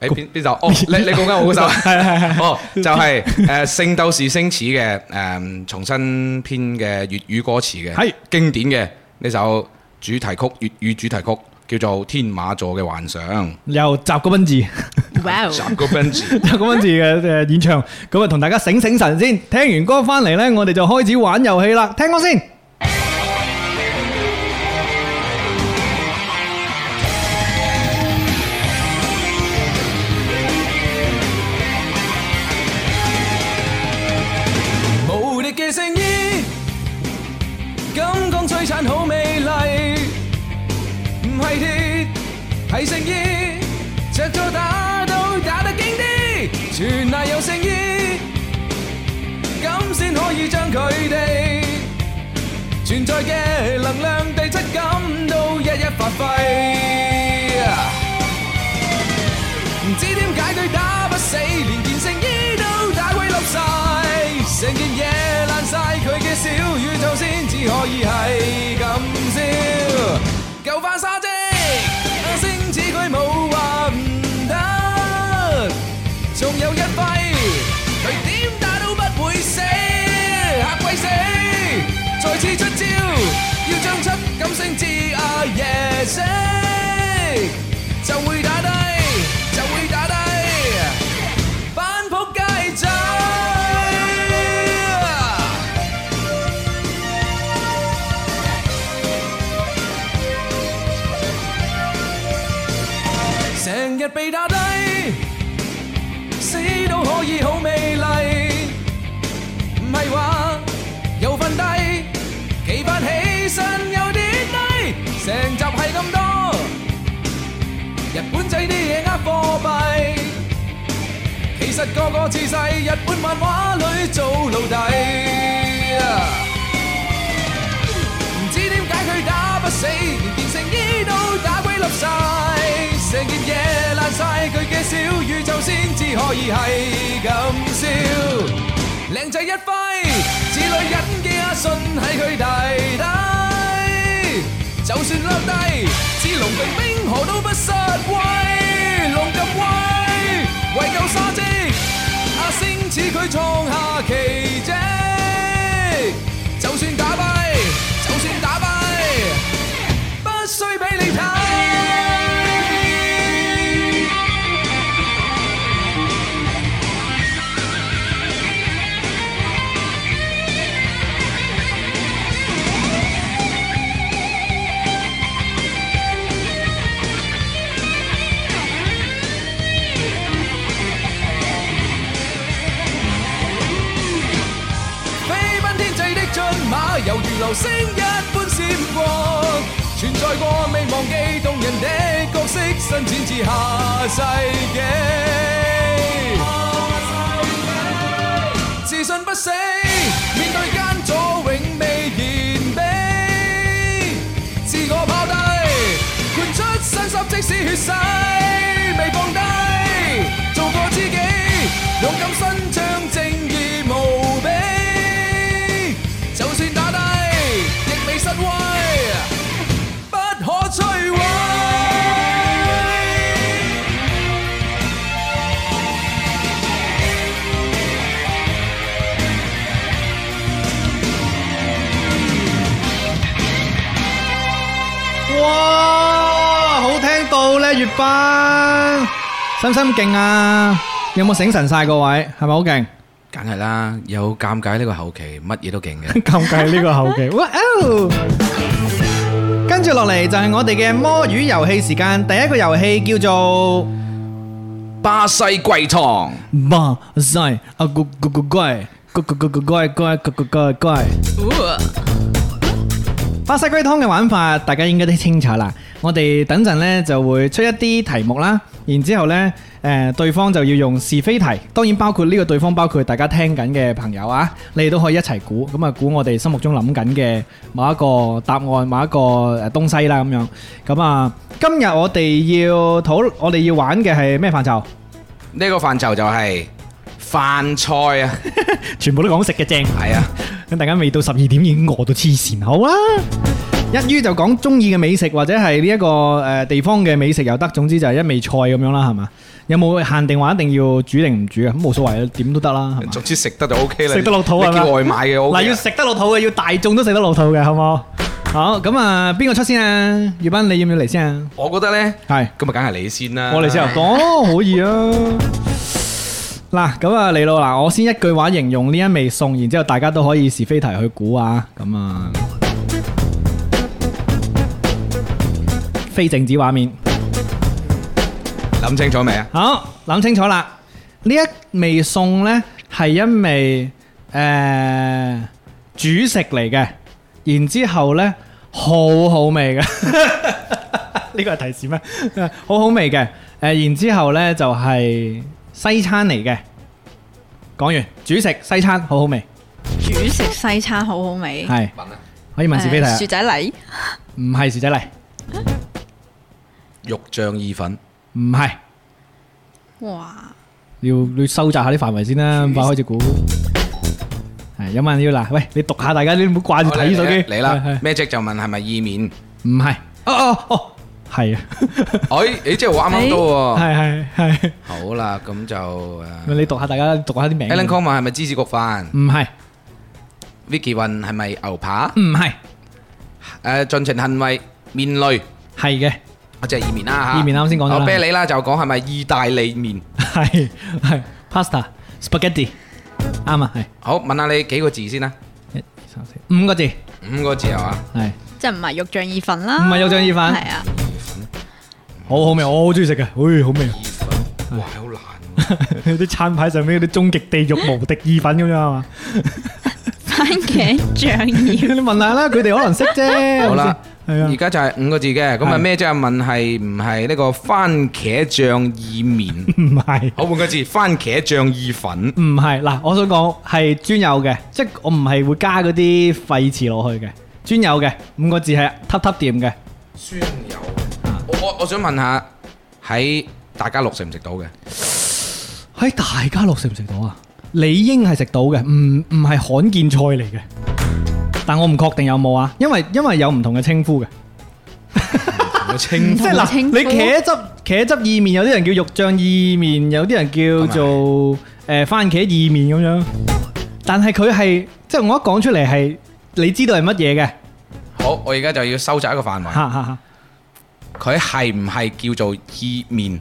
誒邊邊首？ 哦，你你 講緊我嗰首，係係係。哦，就係誒《聖鬥士星矢》嘅誒重新編嘅粵語歌詞嘅，係經典嘅呢首主題曲，粵語主題曲叫做《天馬座嘅幻想》，由習嗰斌字， 哇哦！集個 b e n 習嗰斌字嘅誒演唱，咁啊同大家醒醒神先。聽完歌翻嚟呢，我哋就開始玩遊戲啦。聽歌先。無敵嘅聖衣，金剛璀璨好美麗，唔係鐵係聖衣，着咗打都打得勁啲，全賴有聖衣，咁先可以將佢哋存在嘅能量第七感都一一發揮。唔知點解佢打不死，連件聖衣都打鬼笠晒，成件嘢爛晒，佢嘅小宇宙先至可以係咁笑，夠翻沙啫！阿星子佢冇話唔得，仲有一揮，佢點打都不會死，嚇鬼死！再次出招，要將七感星至阿爺識。就會打低，就會打低，反撲街仔。成日被打低，死都可以好美麗。唔係話有瞓低，企翻起身有啲低，成集係咁多。日本仔啲嘢呃貨幣，其實個個自細日本漫畫裏做奴隸。唔知點解佢打不死，連件聖衣都打鬼笠晒，成件嘢爛晒，佢嘅小宇宙先至可以係咁笑。靚仔一揮，似女人嘅阿信喺佢大低。就算落低，似龍並冰河都不失威，龍咁威，為救沙積，阿星似佢創下奇蹟，就算打跛，就算打跛，不需俾你睇。天馬座嘅幻想，星一般閃過，存在過未忘記動人的角色，伸展至下世紀。自信不死，面對艱阻永未言悲。自我拋低，灌出身心，即使血洗未放低。做個知己，勇敢伸張，正義無比。就算打低，亦未失威，不可摧毀。哇，好聽到咧，粵班，心心勁啊！有冇醒神晒各位？係咪好勁？梗係啦，有尷尬呢個後期，乜嘢都勁 嘅。尷尬呢個後期，哇哦！跟住落嚟就係我哋嘅摸魚遊戲時間，第一個遊戲叫做巴西桂堂，巴西啊咕咕咕怪，咕咕咕咕怪怪咕咕怪怪。巴西龜湯嘅玩法，大家應該都清楚啦。我哋等陣呢就會出一啲題目啦，然之後呢，誒、對方就要用是非題，當然包括呢個對方，包括大家聽緊嘅朋友啊，你哋都可以一齊估，咁啊估我哋心目中諗緊嘅某一個答案，某一個誒東西啦咁樣。咁啊，今日我哋要討，我哋要玩嘅係咩範疇？呢個範疇就係飯菜啊，全部都講食嘅正。係啊，咁大家未到十二點已經餓到黐線，好啊！一於就講中意嘅美食或者係呢一個誒地方嘅美食又得，總之就係一味菜咁樣啦，係嘛？有冇限定話一定要煮定唔煮啊？咁冇所謂啦，點都得啦，係嘛？總之食得就 O K 啦。食得落肚係你嘛叫外賣嘅 O 嗱， K 要啊。食得落肚嘅，要大眾都食得落肚嘅，好冇？好咁啊，邊個出先啊？月斌，你要唔要嚟先啊？我覺得呢，係咁啊，梗係你先啦。我嚟先啊，講可以啊。嗱，咁啊嚟咯，嗱，我先一句話形容呢一味餸，然之後大家都可以是非題去估啊。咁啊，非靜止畫面。諗清楚未啊？好，諗清楚啦，呢一味餸呢，係一味诶、呃主食嚟嘅，然之后咧好好味嘅， 呢個係提示咩？ 好好味嘅，诶、呃然之后咧就係西餐嚟嘅。講完主食西餐好好味，煮食西餐好好味。係問啊，可以問是非題啊誒薯仔泥，唔係薯仔嚟，肉醬意粉，唔係哇！要要收窄下啲範圍先啦，咁快開始估。係有冇人要嗱？喂，你讀下大家，你唔好掛住睇手機。嚟係係啦，咩只就問係咪意面？唔係，哦哦哦，係啊，哎，你即係話啱啱都喎。係係哎係，好啦，咁就誒你讀下大家讀下啲名。 ，Alan Coleman 係咪芝士焗飯唔 係？Vicky 雲係咪牛扒？唔係誒，盡情行為面類，係嘅，我即係意面啦嚇。意麵啱先講咗啦我啤你啦，就講係咪意大利面？係係 pasta spaghetti，啱啊，係好，問下你幾個字先啦，一二三四五個字，五個字啊係嘛？係即係唔係肉醬意粉啦？唔係肉醬意粉係啊，好好味，我好中意食嘅，唉，好味啊！ 意粉，哇，好難喎。啲餐牌上面嗰啲終極地獄無敵意粉咁樣啊 嘛，番茄醬意你問下啦，佢哋可能識啫。好啦，係啊而，家就係五個字嘅，咁啊係咩即係問係唔係呢個番茄醬意面？唔係。好，換個字，番茄醬意粉。唔係嗱，我想講係專有嘅，即係我唔係會加嗰啲廢詞落去嘅，專有嘅五個字係揼揼掂嘅。酸油。我我我想問下，喺大家樂食唔食到嘅？喺大家樂食唔食到啊？理應係食到嘅，唔唔係罕見菜嚟嘅。但我唔確定有冇啊，因為因為有唔同嘅稱呼嘅，我 清即係嗱，稱呼你茄汁茄汁意面，有啲人叫肉醬意面，有啲人叫做誒、呃番茄意面咁樣。但係佢係即係我一講出嚟係你知道係乜嘢嘅，好，我而家就要收窄一個範圍，哈哈哈，佢係唔係叫做意面？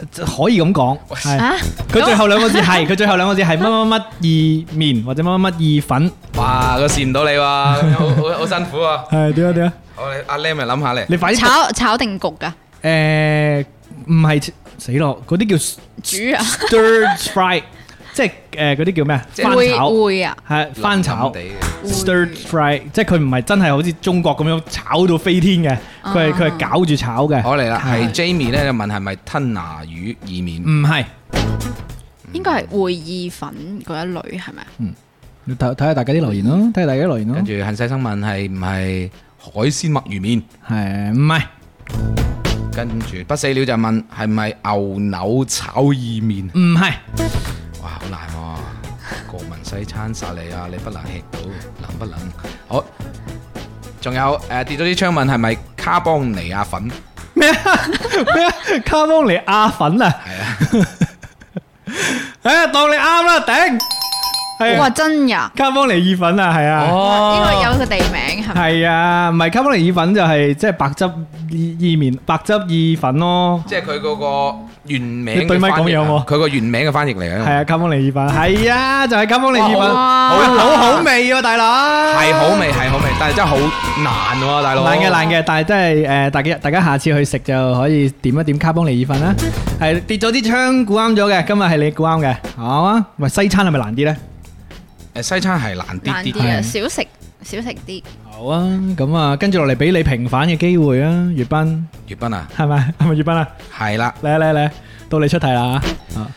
可以咁講。係啊！佢最後兩個字係，佢最後兩個字係乜乜乜意面或者乜乜乜意粉。哇！我試唔到你喎，好好好辛苦啊！係點啊點啊？好，你阿 Lam 咪諗下嚟。你快啲讀炒炒定焗啊㗎，誒，唔係死咯，嗰啲叫煮啊！ stir fry，即即係誒嗰啲叫咩啊？即係翻會炒會啊，係翻炒腍腍地嘅 stir fry，即係佢唔係真係好似中國咁樣炒到飛天嘅，啊佢係佢係攪住炒嘅。我嚟啦，係係 Jamie 咧就問係咪吞拿魚意面？唔係？嗯應該係會意粉嗰一類係咪啊？你睇睇下大家啲留言咯，睇下大家啲留言咯跟住恨世生問係唔係海鮮墨魚面？係唔係？跟住不死鳥就問係咪牛柳炒意面？唔係哇，好難喎、國民西餐薩莉亞，你不能吃到，能不能？好，仲有誒、呃跌咗啲槍問係咪卡邦尼亞粉？咩啊？咩啊？卡邦尼亞粉 啊！係啊，誒，當你啱啦，頂！係哇，啊，真呀！卡邦尼意粉啊，係啊。呢個有個地名係咪？系啊，唔係卡邦尼意粉就係即係白汁意意面、白汁意粉咯。即係佢嗰個原名你對咪嘅翻講譯嘢好啊冇佢個原名嘅翻譯嚟嘅，係啊，卡邦尼意粉係啊，就係卡邦尼意粉，哇好好好好味啊，大佬。係好味係好味，但係真係好難喎、大佬。難嘅難嘅，但係真係誒，大家大家下次去食就可以點一點卡邦尼意粉啦。係跌咗啲槍估啱咗嘅，今日係你估啱嘅，好啊。喂，西餐係咪難啲咧？誒西餐係難啲難啲啲啊，少食少食啲。好啊，咁啊，跟住落嚟俾你平反嘅機會啊，月斌粵斌啊，係咪？ 係咪月斌啊？係啦，嚟啊嚟啊嚟啊，到你出題啦啊！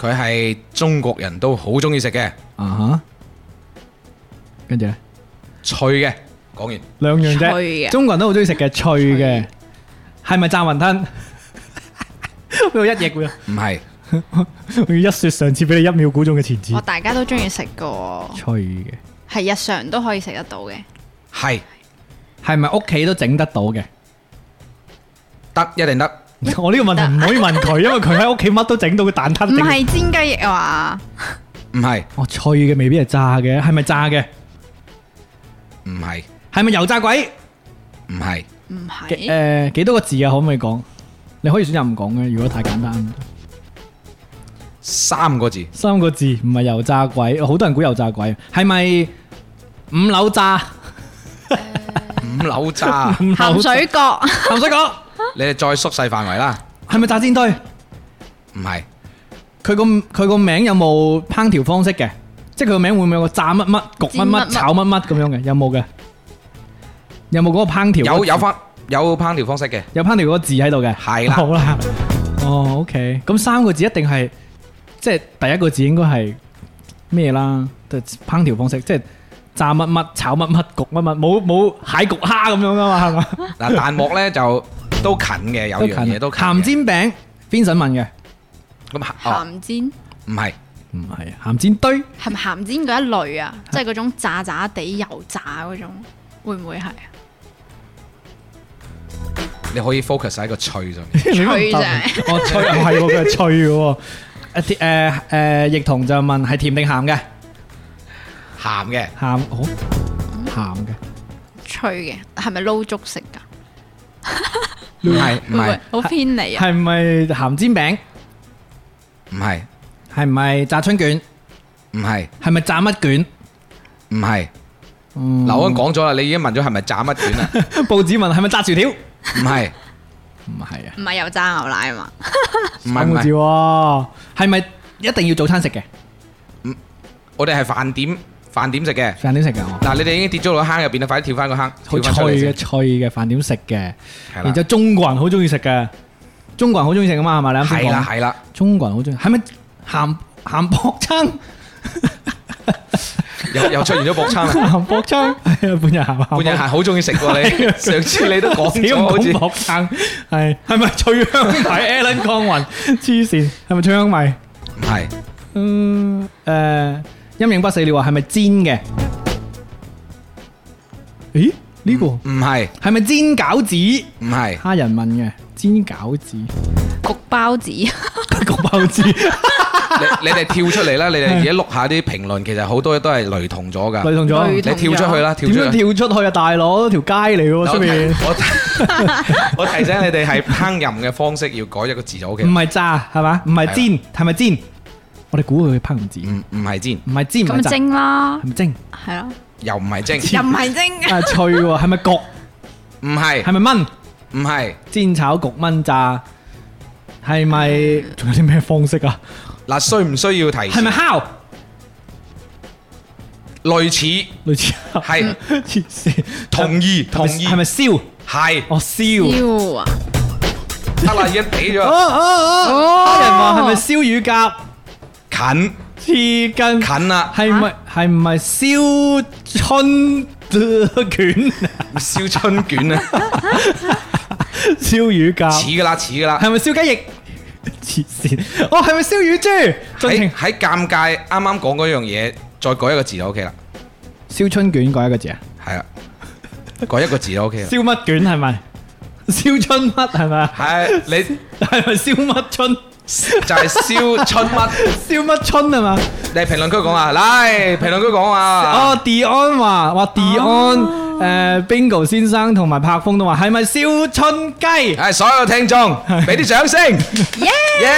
佢係中國人都好中意食嘅，啊哈，跟住咧脆嘅。講完兩樣脆啫，嘅中國人都好中意食嘅脆嘅嘅，係咪炸雲吞？ 俾我一翼喎，唔係我要一雪上次俾你一秒估中嘅前置我。大家都中意食噶，脆嘅，係日常都可以食得到嘅。係係咪屋企都整得到嘅？ 得一定得，我呢個問題唔可以問 佢，因為佢喺屋企乜都整到個蛋撻唔整。係煎雞翼啊唔係哦，脆嘅未必係炸嘅，係咪炸嘅？唔係係咪油炸鬼？唔係。嘛？唔幾係，誒幾多個字啊？可唔可以講？你可以選擇唔講嘅，如果太簡單。三個字，三個字，唔係油炸鬼，好多人估油炸鬼，係咪五樓炸？五樓渣，五樓鹹炸水角鹹水角你哋再縮細範圍啦。係咪炸煎堆？唔係，佢個佢個名有冇烹調方式嘅？即係佢個名會唔會有個炸乜乜、焗乜乜、煎乜乜炒乜乜咁樣嘅？有冇嘅？有冇嗰個烹調？有有翻有烹調方式嘅，有烹調嗰個字喺度嘅。係啦 好啦。哦，OK。咁三個字一定係即係第一個字應該係咩啦？即係烹調方式，即係炸乜乜、炒乜乜、焗乜乜，冇冇蟹焗蝦咁樣噶嘛？係嘛？嗱，彈幕咧就都近嘅，有樣嘢都近嘅鹹煎餅，Vincent 問嘅，咁鹹哦鹹煎唔係唔係鹹煎堆，係咪鹹煎嗰一類啊？即係嗰種炸炸地油炸嗰種，會唔會係啊？你可以 focus 喺個脆上 面。脆啫哦脆唔係喎，佢係脆嘅喎。誒啲誒誒，易彤就問係甜定鹹嘅，鹹嘅鹹好鹹嘅，脆嘅，係咪撈粥食㗎？嗯唔係唔會唔會係好偏離啊？係咪鹹煎餅？唔係係咪炸春卷？唔係係咪炸乜卷？唔係，嗯劉安講咗啦，你已經問咗係咪炸乜卷 啦？報紙問係咪炸薯條？唔係唔係啊，唔係油炸牛奶啊嘛？唔係三唔個字係，喎，係咪一定要早餐食嘅？我哋係飯點飯點食嘅。飯點食嘅我，嗱，你哋已經跌咗落坑入邊啦，快啲跳翻個坑，好跳翻出嚟脆嘅先。脆嘅飯點食嘅，係然之後啦，中國人好中意食嘅，中國人好中意食噶嘛係咪？你啱先係講啦，係啦，中國人好中意，係咪鹹鹹薄撐？又又出現咗薄撐啦。鹹薄撐係啊，半啊日鹹半日鹹閒好中意食喎 你，上次你都講薄撐。咗少唔好講似薄撐，係係咪脆香米 Alan 江雲黐線係咪脆香米？唔係嗯誒，陰影不死你話係咪煎嘅？咦？呢個唔係係咪煎餃子？唔 係他人問嘅煎餃 子、焗包子焗包 子，你你哋跳出嚟啦！你哋而家碌下啲評論，其實好多都係雷同咗雷㗎。同啊咗雷。你跳出去啦，跳點出樣去。跳出去啊，大佬？條街 嚟喎，出面我提 我提醒你哋係烹飪嘅方式要改一個字就 OK 唔。係炸係嘛？唔係煎係咪煎？我哋估佢烹唔煎，唔唔係煎，唔係煎唔係咁炸，蒸啦係，咪蒸？係啦，又唔係蒸，又唔係蒸，啊脆喎，係咪 焗？唔係係咪炆？唔係煎炒焗炆炸，系咪仲有啲咩方式啊？嗱，需唔需要提示？系咪烤？類似？类似啊 係黐線同意同意系咪烧？係哦，烧。要啊，得啦，已經俾哦咗哦 어. 哦！黑人话系咪烧乳鸽？近黐筋。近啦，系咪系咪烧春卷？燒春 卷啊，烧乳鸽似噶啦，似噶啦。系咪烧鸡翼？黐线！哦，系咪烧乳猪？盡喺情喺尷尬啱啱講嗰樣嘢，再改一個字就 OK 啦，烧春卷改一个字啊？係啦，改一個字就 OK 啦。烧乜卷系咪？烧春乜系咪？係你系咪烧乜春？就係燒春乜？ 烧乜春系嘛？你喺評論區講啊，嚟評論區講啊。哦，Dion 話話 Dion 诶，Bingo 先生同埋柏峰都話係咪燒春雞？誒，所有聽眾俾啲 掌聲，耶！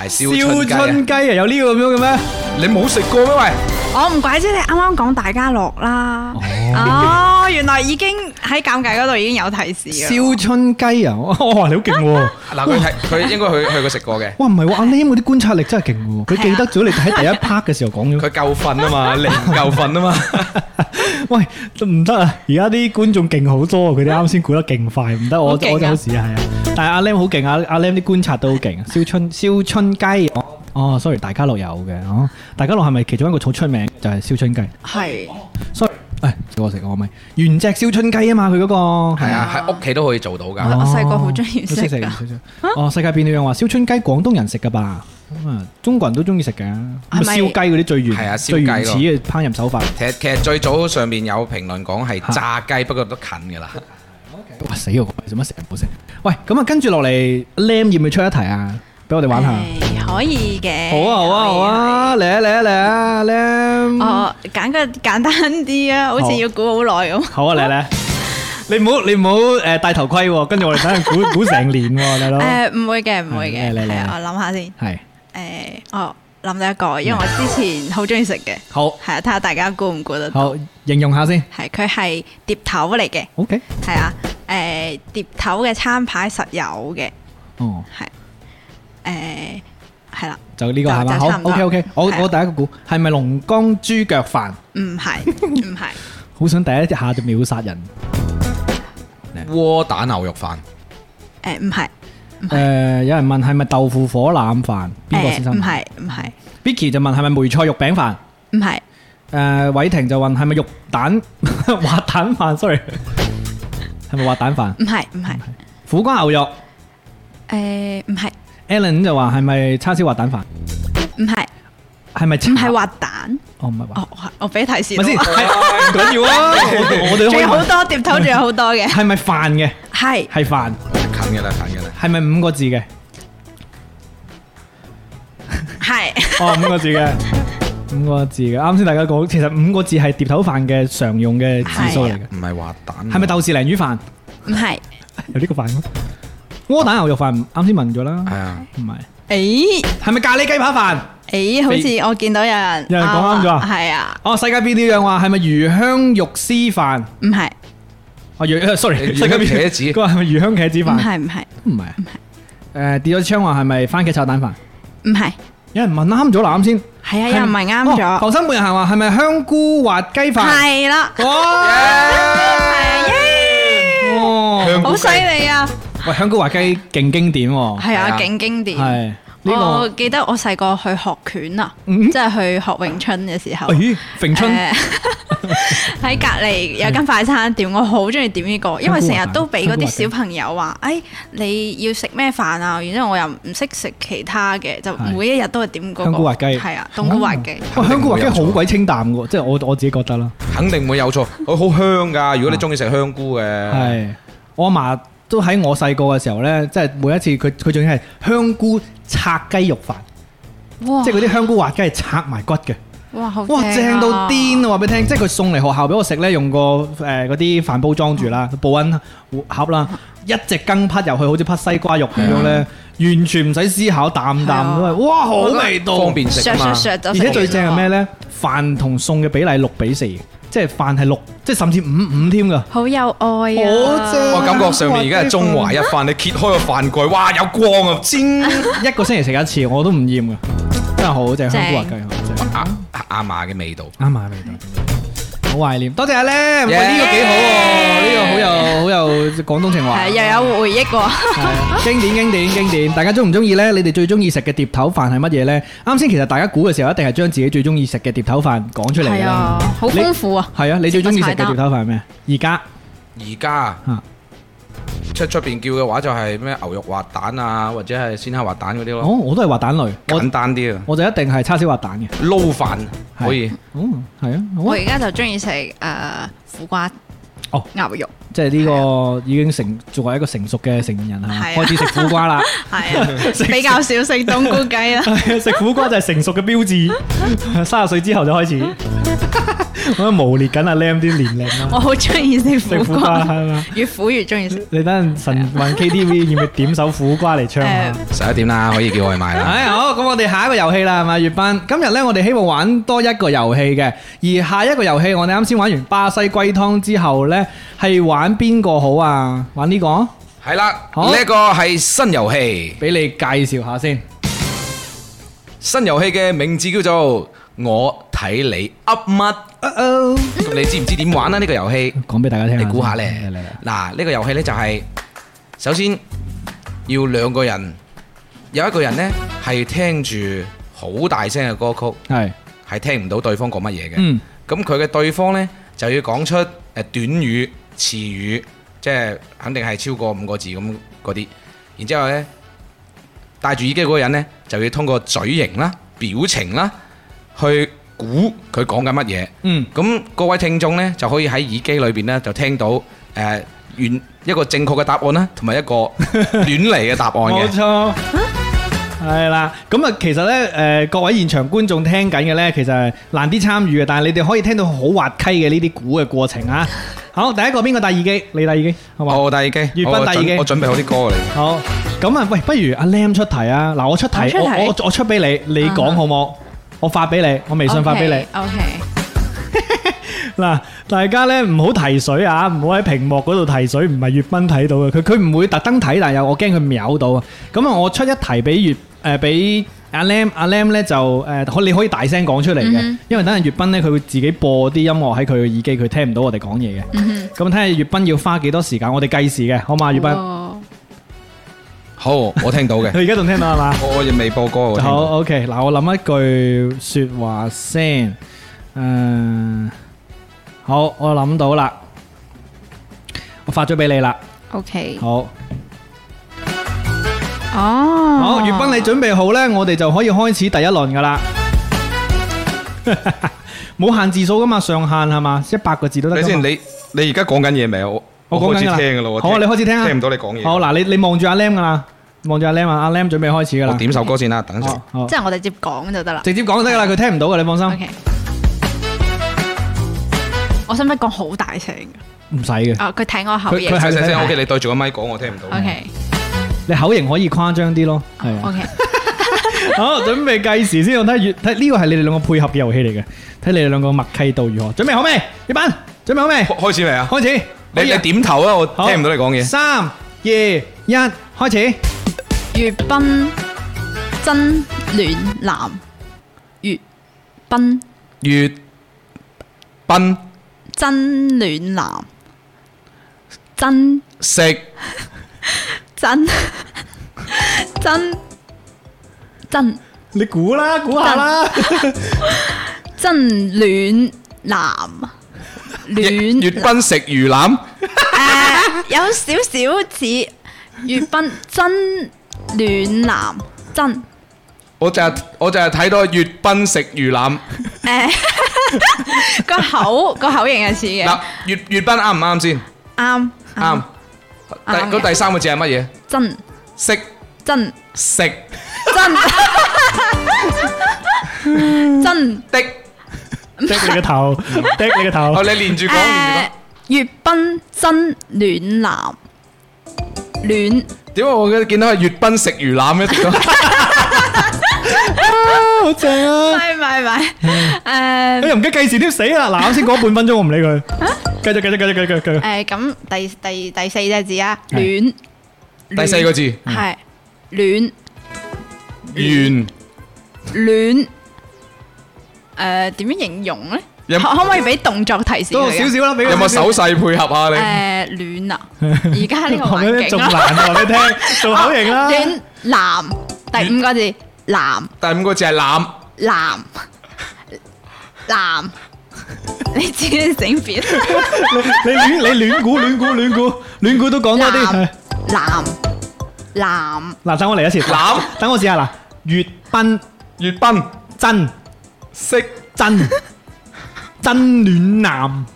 係燒燒春雞春雞啊，有呢個咁樣嘅咩？啊！你冇食過咩？喂！我唔怪之你啱啱講大家樂啦。哦，原來已經喺尷尬嗰度已經有提示嘅。燒春雞啊！ 哇，哇你好勁喎！嗱，佢睇佢應該去去過食過嘅，哇，唔係喎，阿 Lam 嗰啲觀察力真係勁喎，佢係啊記得咗你喺第一 part 嘅時候講咗佢。夠瞓啊嘛， 你唔夠瞓啊嘛， 喂，都唔得啊！而家啲觀眾勁好多，啊佢哋啱先估得勁快，唔得我好我勁啊就好似係啊！但係阿 Lam 好勁啊，阿 Lam 啲觀察都好勁啊！燒春燒春雞，哦哦，sorry，大家樂有嘅，哦，大家樂係咪其中一個好出名就係燒春雞？係 sorry，唉，我食我咪原隻燒春雞啊嘛，佢嗰、個啊係啊，喺屋企都可以做到㗎。我細個好鍾意都食㗎識食識食哦，世界變了樣話燒春雞廣東人食噶吧？咁啊，中國人都中意食嘅。咁啊係燒啊咪雞嗰啲最原係啊燒雞最原始嘅烹飪手法。其實其實最早上面有評論講係炸雞，不過都近㗎啦。哇死我！做乜成日冇食？喂，咁啊，跟住落嚟，Lam 要唔要出一題啊？俾我哋玩下。係可以嘅。好啊好啊好啊！哎嚟啊嚟啊嚟啊可以！ ！Lam，哦，揀個簡單啲啊，好好似要估好耐咁。好啊嚟嚟。你唔好你唔好誒戴頭盔喎，跟住我哋等陣估 估成年喎，大佬。誒，唔會嘅，唔會嘅。嗯嚟嚟嚟係嚟啊我諗下先。係誒，哦，諗到一個，因為我之前好中意食嘅，好係啊，睇下大家估唔估得到。好形容下先。係佢係碟頭嚟嘅， OK。係啊，誒碟頭嘅餐牌實有嘅，哦，誒係啦，就呢個係嘛？就好就差唔多，OK OK，我係啊我第一個估係咪龍江豬腳飯？唔 係唔係，好想第一下就秒殺人。窩蛋牛肉 飯，誒唔係誒，有人問係咪豆腐火腩飯？邊個先誒生？唔係唔係 Vicky 就問係咪梅菜肉餅飯？唔係誒，偉霆就問係咪肉蛋 滑蛋飯？sorry，係咪滑蛋飯？唔係唔係苦瓜牛肉誒唔係，Alan 就話係咪叉燒滑蛋飯？唔係係咪？唔係滑蛋，哦，唔係滑，哦我我俾提示啊咪到，先，係唔緊要啊！我 我哋都可仲以有好問多碟頭，仲有好多嘅，係咪飯嘅？係 係飯，近㗎啦，近㗎啦。係咪五個字嘅？係哦，五個字嘅，五個字嘅。啱先大家講，其實五個字係碟頭飯嘅常用嘅字數嚟嘅。唔係啊滑蛋，係咪豆豉鯪魚飯？ 唔係有呢個飯咩？窩蛋牛肉飯啱先問咗啦，係啊，唔係。誒係咪咖喱雞扒飯？誒，好似我見到有人有人講啱咗啊係啊哦，世界變了樣話係咪魚香肉絲飯？唔係哦，魚 呃，sorry，魚世界變香茄子 佢話係咪魚香茄子唔飯？係唔係唔係啊。誒，跌咗窗話係咪番茄炒蛋飯？唔係有人問啱咗啦，啱先。係啊，有人問啱哦咗，後生每人行話係咪香菇滑雞飯？係啦，哇！係耶，哦香好犀利啊！喂，香菇滑雞勁經典喎。係係啊啊，勁經典。係呢我個。記得我細個去學拳啊，嗯哦即係去學詠春嘅時候，咦，揈哎春誒呃 喺隔離有間快餐店，我好中意點呢個，因為成日都俾嗰啲小朋友話：，誒你要食咩飯啊？然之後我又唔識食其他嘅，就係每一日都係點嗰個。香菇滑雞係啊，冬菇滑雞。哇，香菇滑雞好鬼清淡嘅喎，即係我我自己覺得啦。肯定會有錯，佢好香㗎。如果你中意食香菇嘅，係，我阿嫲都喺我細個嘅時候呢，即係每一次佢佢仲要係香菇拆雞肉飯，哇嗯即係嗰啲香菇滑雞係拆埋骨嘅，哇好哇啊正到癲啊！話俾你聽，即係佢送嚟學校俾我食呢，用個誒嗰啲飯煲裝住啦，保温盒啦，一隻羹滗入去，好似滗西瓜肉咁樣呢，完全唔使思考，啖啖都係，哇好味道，方便食削啊嘛削。削就而食完啦且最正係咩呢？飯同餸嘅比例六比四，即係飯係六，即係甚至五五添㗎。好有愛好正啊！我感覺上面而家係中華一番，你揭開個飯蓋，哇有光啊！ 煎一個星期食一次，我都唔厭㗎，真係好正香菇滑雞，真係阿阿嫲嘅味道，啱埋味道，好懷念。多謝阿 Lam，喂 Yeah 呢個幾好喎，呢個好有好有廣東情係啊懷，又有回憶喎，啊係經典經典經典。大家中唔中意呢？你哋最中意食嘅碟頭飯係乜嘢呢？啱先其實大家估嘅時候，一定係將自己最中意食嘅碟頭飯講出嚟㗎係啦啊。，好豐富啊！係啊，你最中意食嘅食物碟菜單頭飯係咩？而家而家啊出出邊叫嘅話就係咩牛肉滑蛋啊，或者係鮮蝦滑蛋嗰啲哦，咯，我都係滑蛋類，我簡單啲啊，我就一定係叉燒滑蛋嘅。撈飯係可以。哦，係啊，好我啊而家就中意食誒苦瓜哦牛肉，即係呢個已經成作為一個成熟嘅成年人係嘛係啊開始食苦瓜 啦。係啊，比較少食冬菇雞啦。食苦瓜就係成熟嘅標誌， 三十歲之後就開始。我喺無列緊阿 Lam 啲年齡我啦，好中意食食苦苦瓜瓜，係嘛？越苦越中意食。你等陣神運 KTV 要唔要點首苦瓜嚟唱下誒？十一點啦，可以叫外賣啦。哎，好，咁我哋下一個遊戲啦，係嘛？月班，今日呢，我哋希望玩多一個遊戲嘅，而下一個遊戲我哋啱先玩完巴西龜湯之後呢，係玩邊個好啊？玩呢、個？係啦，好呢個係新遊戲，俾你介紹下先。新遊戲嘅名字叫做我睇你噏乜。哦，咁你知唔知點玩啊？呢個遊戲？講俾大家聽，啊你估下咧嚟嚟嚟，嗱呢個遊戲呢就係首先要兩個人，有一個人呢係聽住好大聲嘅歌曲，係，係聽唔到對方講乜嘢嘅。嗯，咁佢嘅對方呢就要講出誒呃短語、詞語，即係肯定係超過五個字咁嗰啲。然之後呢，戴住耳機嗰個人呢就要通過嘴型啦、表情啦去估佢講緊乜嘢。嗯，咁各位聽眾呢，就可以喺耳機裏邊呢，就聽到誒、呃、原一個正確嘅答案啦，同 埋一個亂嚟嘅答案冇嘅。錯。係啦，咁啊，其實呢，誒、各位現場觀眾聽緊嘅呢，其實係難啲參與嘅，但係你哋可以聽到好滑稽嘅呢啲估嘅過程 啊。好，第一個邊個戴耳機？你戴耳機，好嘛？我戴耳機，粵我賓戴耳機準我準備好啲歌嚟。好，咁啊，喂，不如阿 Lam 出題啊！嗱，我出題，我出題我我我出俾你，你講啊好冇？我發俾你，我微信發俾你。 O K，嗱，大家咧唔好提水啊，唔好喺屏幕嗰度提水，唔係粵斌睇到嘅，佢佢唔會特登睇，但係又我驚佢瞄到啊。咁啊，我出一題俾粵誒俾阿 Lam，阿 Lam 咧就誒可你可以大聲講出嚟嘅，因為等陣粵斌咧佢會自己播啲音樂喺佢嘅耳機，佢聽唔到我哋講嘢嘅。咁睇下粵斌要花幾多時間，我哋計時嘅，好嘛？粵斌，哦佢斌，好，我 聽到嘅，而家仲聽到係嘛？我我亦未播歌，我聽好到。 ，OK，嗱，我諗一句说話先，誒、好，我諗到啦，我發咗俾你啦， O K，好，哦，好，粵斌你準備好呢，我哋就可以開始第一輪噶啦， 冇限字數噶嘛，上限係嘛，一百個字都得你㗎先，嘛。你你而家講緊嘢未啊？我我講緊開始㗎啦聽㗎啦，我好啊聽你開始聽啊聽唔到你講嘢。好，嗱，你你望住阿 Lam 噶啦，望住阿 Lam 啊，阿 Lam 準備開始噶我啦，點首歌先啦，等陣。好，即係我哋直接講就得啦。直接講就得噶啦，佢聽唔到噶，你放 O 心， K，我使唔使講好大 聲㗎？唔使嘅，啊，佢睇我口佢型。係細細係聲係，OK，你對住個咪講，我聽唔到 O。K，你口型可以誇張啲咯，係啊 O。K，好，準備計時先，我睇下越睇呢個係你哋兩個配合嘅遊戲嚟嘅，睇你哋兩個默契度如何。準備好未？葉班，準備好未？開開始未啊？開始，你可以你啊點頭啊？我好聽唔到你講嘢。三、二、一，開始。粵賓真暖男，粵賓粵賓真暖男，真食真 真真你估啦，估下啦。真暖男，粵暖賓食魚腩。誒有少少似粵賓真暖男，真我就係我就係睇到粵賓食魚腩 誒個口個口型係似嘅，嗱，粵粵賓啱唔啱先？啱啱。第啱嘅咁第三個字係乜嘢？真識真食真 真 的，掟你個頭，掟你個頭哦，。你連住講，連誒粵賓真暖男，暖住講。點解我見到係粵賓食魚腩嘅？好正唔 啊！係唔係唔係，你誒又唔記計時添死啦！嗱，啱先嗰半分鐘我唔 理佢，繼續繼續繼續繼續繼續。誒咁第第第四隻字啊，戀 第四個字係戀緣，戀，誒點樣形容咧？有可可唔可以俾動作提示多佢少嘅？少啦，俾佢有冇 少少手勢配合啊？你誒 戀啊，而家呢個我覺得環境仲啦，難啊！話俾 你聽，做口型啦。戀男第五個字男。第五個字係攬，男男，你自己整扁你亂你亂估亂估亂估亂估都講多啲。係男男男嗱，等我嚟一次。攬，等我試下嗱，粵賓粵賓真 識，真真暖男，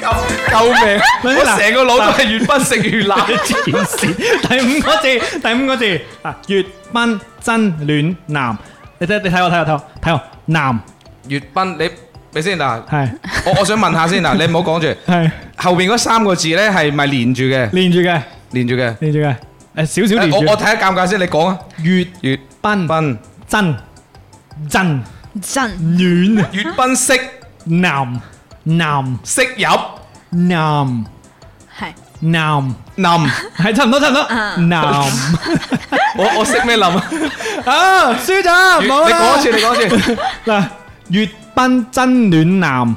救救命！嗱我成個腦都係粵賓食粵 攬，黐線！第五個字，第五個字啊，粵賓真暖男。你睇你睇我睇我睇我睇我男粵賓你你先嗱，係我我想問下先嗱，你唔好講住，係後邊嗰三個字咧係咪連住嘅？連住嘅連住嘅。連住嘅，誒少少連誒住。我我睇下尷尬先，你講啊。粵粵賓賓真真真暖。粵賓識男男識入男係男，冧， 系差唔多差唔多， 男我我識咩 冧啊？啊，输咗你冇啦講一。次，你講 一次。嗱，粵賓真暖男，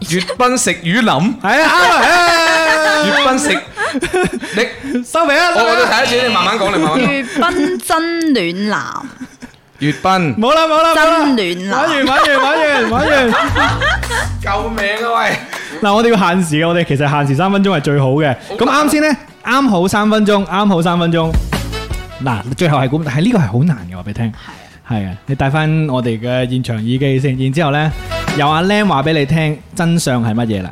粵賓食魚冧，系啊啱啊，粵 賓食你，誒收尾啊，我收我尾都啊睇一次，你慢慢講，你慢慢 講。粵賓真暖男，粵賓，冇啦冇啦，冇啦真暖玩完男玩完玩完玩完。救命啊喂！嗱，我哋要限時嘅，我哋其實限時三分鐘係最好嘅。咁啱先呢，啱好三分鐘，啱好三分鐘。嗱，最後係咁，但係呢個係好難嘅，話俾你聽。係啊，你戴翻我哋嘅現場耳機先，然之後呢，由阿 Lam 話俾你聽真相係乜嘢啦？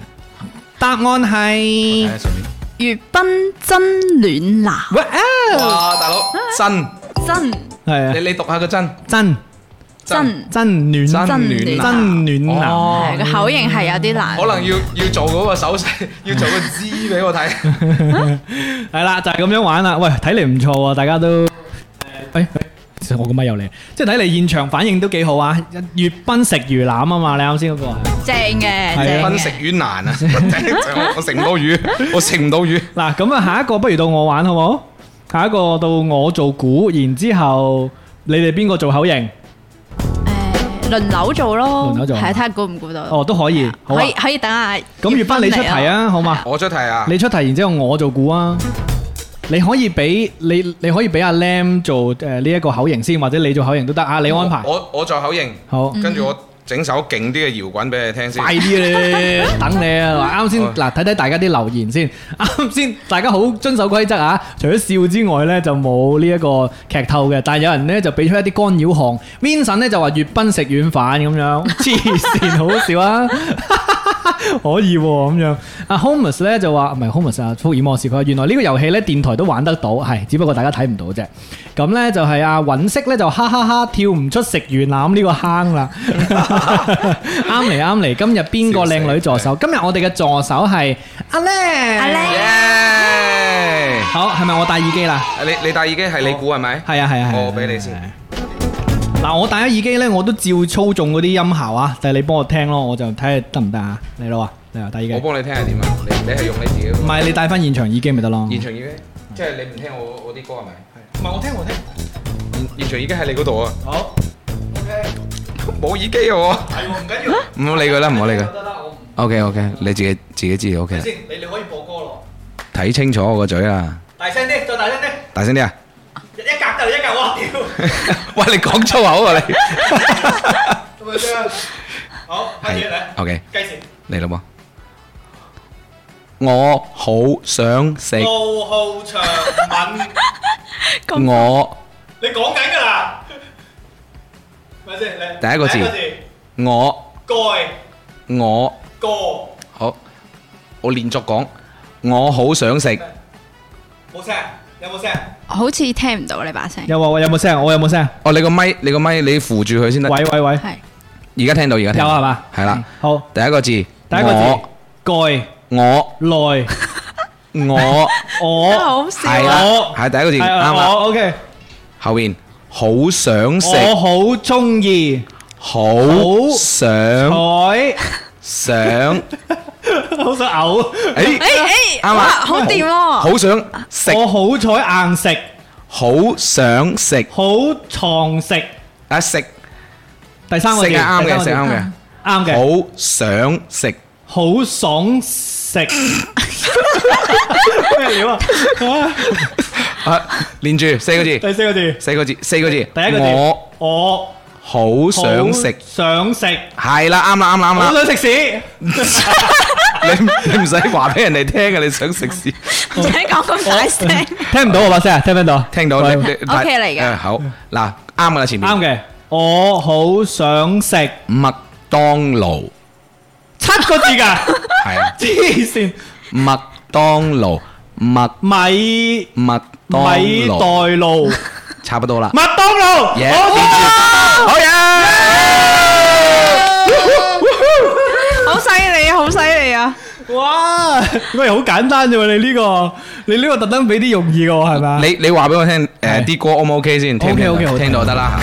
答案係睇下順便粵賓真暖男，喂啊，哇，大佬真，真係啊，你你讀下個真真真真暖真真暖男，真暖男。哦係個口型係有啲難可，能要要做嗰個手 勢，要做個知俾我睇。系啦，就係咁樣玩啦。喂，睇嚟唔錯喎，大家都诶，其實我個咪又嚟，即係睇嚟現場反應都幾好啊！粵賓食魚腩啊嘛，你啱先嗰個係。正嘅係啊正分食嘅，魚難啊！ 我我食唔到魚，我食唔到魚。嗱，咁啊，下一個不如到我玩好冇？下一個到我做估，然之后你哋邊個做口型？誒輪流做咯，輪流做係睇下估唔估到，哦，都可以，好啊可以。可以等下，咁粵賓你出題，啊，好嘛？我出題啊！你出題，然之后我做估啊。你可以俾你你可以俾阿 Lam 做诶呢一個口型先，或者你做口型都得啊，你安排我我再口型，好。跟住我整首勁啲嘅搖滾俾你聽先。快啲咧， 等你啊！嗱，啱先好嗱，睇睇大家啲留言先。 啱先大家好遵守規則啊，除咗笑之外咧，就冇呢一個劇透嘅。但係有人咧就俾出一啲干擾項，Vincent 咧就話粵賓食軟飯咁 樣，黐線好笑啊！可以喎咁樣。阿 Homus 咧就話唔係 Homus 啊，福爾摩斯佢話原來呢個遊戲咧電台都玩得到，係只不過大家睇唔到啫。咁咧就係阿允色咧就哈哈哈跳唔出食魚腩呢個坑啦。啱嚟啱嚟，今日邊個靚女助手？今日我哋嘅助手係阿阿靚。叻耶！好，係咪我戴耳機啦？你你戴耳機係你估係咪？係啊係啊係啊。我俾你先。嗱，我戴咗耳機咧，我都照操縱嗰啲音效啊，但係你幫我聽咯，我就睇下得唔得啊？你咯啊，你話戴耳機我。幫你聽係點啊？你你係用你自己唔係你戴翻現場耳機咪得咯？現場耳機，即係你唔聽我我啲歌係咪？唔係我聽我聽。現現場耳機喺你嗰度啊！好。 冇耳機啊我。係唔緊要。唔好理佢啦，唔好理佢。得啦，我 OK OK，你自己自己知就 OK 啦。先，你你可以播歌咯。睇清楚我個嘴啊！ 大聲啲，再大聲啲，大聲啲啊！一格就一格，我屌！喂，你講粗口 啊你！咁咪先。好，係 OK，計時。嚟啦噃！我好想食，浩浩長吻，咁我你講緊㗎啦。咪先，你第一個字第一個字，我蓋我過好，我連續講，我好想食，冇聲，有冇聲？好似聽唔到你把聲，有冇有冇聲？我有冇聲？哦，你個咪，你個咪，你扶住佢先得。喂喂喂，係而家聽到，而家聽有啊到係？嘛？係啦，好，第一個字，第一第一個字蓋我內我我好笑 係啊！啦我， 係第一個字係啊啱我啦。ờ, OK。後邊好想食，我好中意好好想海，想， 好想嘔。诶，诶诶，啱哎哇，啊，好掂喎！好想食，我好彩硬食，好想食，好藏食。啊食食第三個字係啱第三個嘅，食字啱嗯嘅，啱嘅，好想食，好爽食。 咩料啊？啊連住四個字，第四個字，四個字，四個字，第一個字，我我好想食，想食，係啦，啱啦，啱啦，啱好啦。想食屎。 你你唔使話俾人哋聽嘅，你想食屎，唔使講咁大聲，聽唔到我把聲啊？聽唔聽到？聽到你你 OK 嚟嘅誒好嗱，啱噶啦，前面啱嘅，我好想食麥當勞七個字㗎，係啊，黐線麥當勞麥米麥當米袋勞，勞差不多啦。麥當勞，耶我好嘢！好犀利，好犀利啊！哇！喂，好簡單啫喎，你呢個你呢個特登俾啲容易嘅喎，係咪？你你話俾我聽，誒啲歌 O 唔 OK 先？聽唔聽到 OK，OK，好聽到就得啦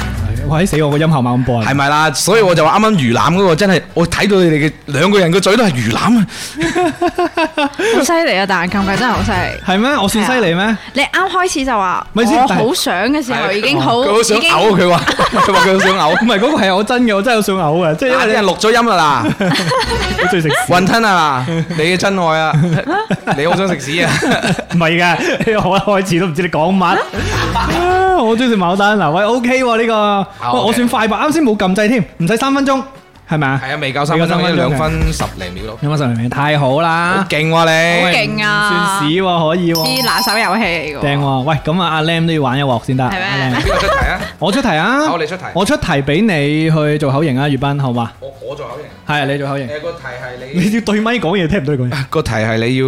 喂死我個音效猛播嚇，係咪啦？所以我就話啱啱魚腩嗰個真係，我睇到你哋嘅兩個人個嘴都係魚腩啊！ 好犀利啊！但係咁嘅真係好犀利。係咩？我算犀利咩？你啱開始就話咪先我但係好想嘅時 Dạ. 候已 Ờ, 經好，佢好想已經嘔，佢話佢話佢好想唔嘔。係嗰個係我真嘅，我真係好想嘔嘅，即係因啊！啲為 人你錄咗音啦啦，好中意食屎，雲吞啊，你嘅真愛啊，你好想食屎啊！ 唔係㗎，我一開始都唔知你 講乜。啊我中意食牡丹嗱，喂 OK 喎呢個，喂 OK 我算快吧，啱先冇撳掣添，唔使三分鐘，係咪啊？係啊，未夠三未分夠三鐘，分鐘兩分十零秒咯，有冇十零秒？太好好啦，勁喎你！勁啊！算屎喎，可以啲喎，拿手遊戲嚟嘅正喎。喎。喂，咁啊，阿 Lam 都要玩一鑊先得。咩阿 Lam 邊個出題啊？我出題啊！好你出題我出題俾你去做口型啊，月斌，好嘛？我我做口型，係你做口型，誒個題係你你要對咪講嘢，聽唔到你講嘢。個題係你要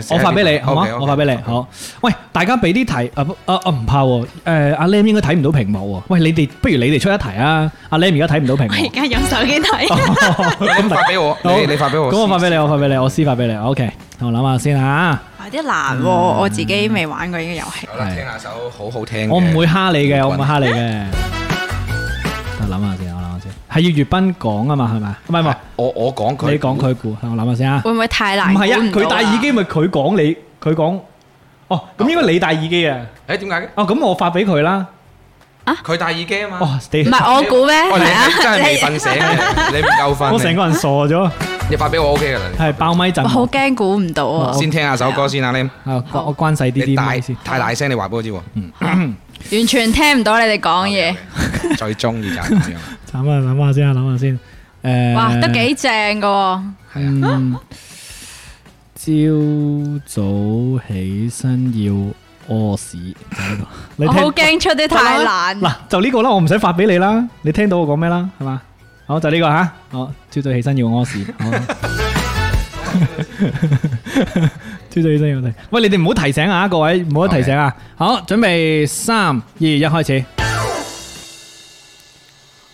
誒，我我發俾你，好嘛？ OK，OK 我發俾你，好。喂，大家俾啲題啊不啊啊唔怕喎，誒阿 Lam 應該睇唔到屏幕喎。喂，你哋不如你哋出一題啊！阿 Lam 而家睇唔到屏 我而幕。家用手機睇，咁發俾我，好你你發俾我。咁我發俾你，我發俾你，我私發俾你。OK，我諗下先啊。有啲難喎，我自己未玩過呢個遊戲。好啦，聽下首好好聽嘅。我唔會蝦你嘅，搖滾我唔會蝦你嘅。我諗下先，我諗下先，係要粵斌講啊嘛，係咪？唔係唔係，我我講佢，你講佢估，我諗下先啊。會唔會太難？唔係啊，估佢到戴耳機咪佢講你，佢講。哦，咁應該你戴耳機啊。誒點解嘅？哦，咁我發俾佢啦。佢戴耳機啊嘛。哦，你唔係 我估咩？哦你係啊，真係未瞓醒 嘅，你唔夠瞓。我成個人傻咗，你發俾我 OK 㗎啦。係爆咪陣我亡。好驚估唔到啊！先聽下首歌先啊，你啊，關我關細啲你啲大咪先。太大聲，你話俾我知喎。完全聽唔到你哋講嘢。 最中意就係咁樣。諗啊，諗下先啊，諗下先。誒，哇，都幾正噶喎！嗯，朝早起身要屙屎，就呢個你 我聽好驚出啲太難。嗱，就呢個啦，我唔使發俾你啦，你聽到我講咩啦，係嘛？好，就呢個吓，好，朝早起身要屙屎。好 朝早起身要睇，喂，你哋唔好提醒啊，各位唔好提醒啊。好，準備三二一，開始。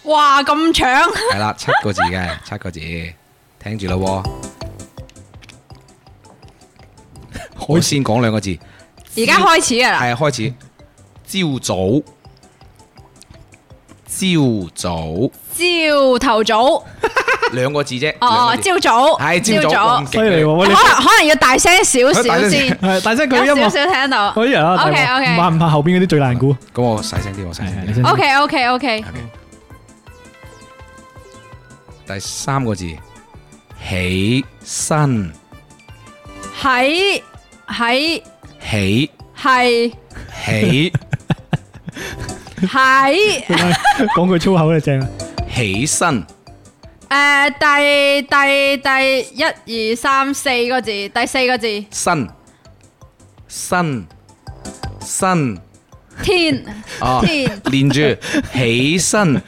哇，咁長，係啦，七個字嘅，七個字，聽住啦喎。我先講兩個字，而家開始噶啦。係開始。朝早，朝早。朝頭早，哦兩個字啫。哦，兩個字朝早，係朝早，犀利喎，可喂， 你能可能要大聲少大少聲先，係大聲佢音有少樂，少聽到。嗰啲人啊， OK 大鑊 OK 唔怕唔怕，後邊嗰啲最難估。咁我細聲啲，我細係係，聲你啲。先。 OK OK OK，第三個字，起身，喺喺起係起喺講句粗口就 à. 正啦。起身，誒第第第一二三四個字，第四個字身身身天 哦，天連住起身，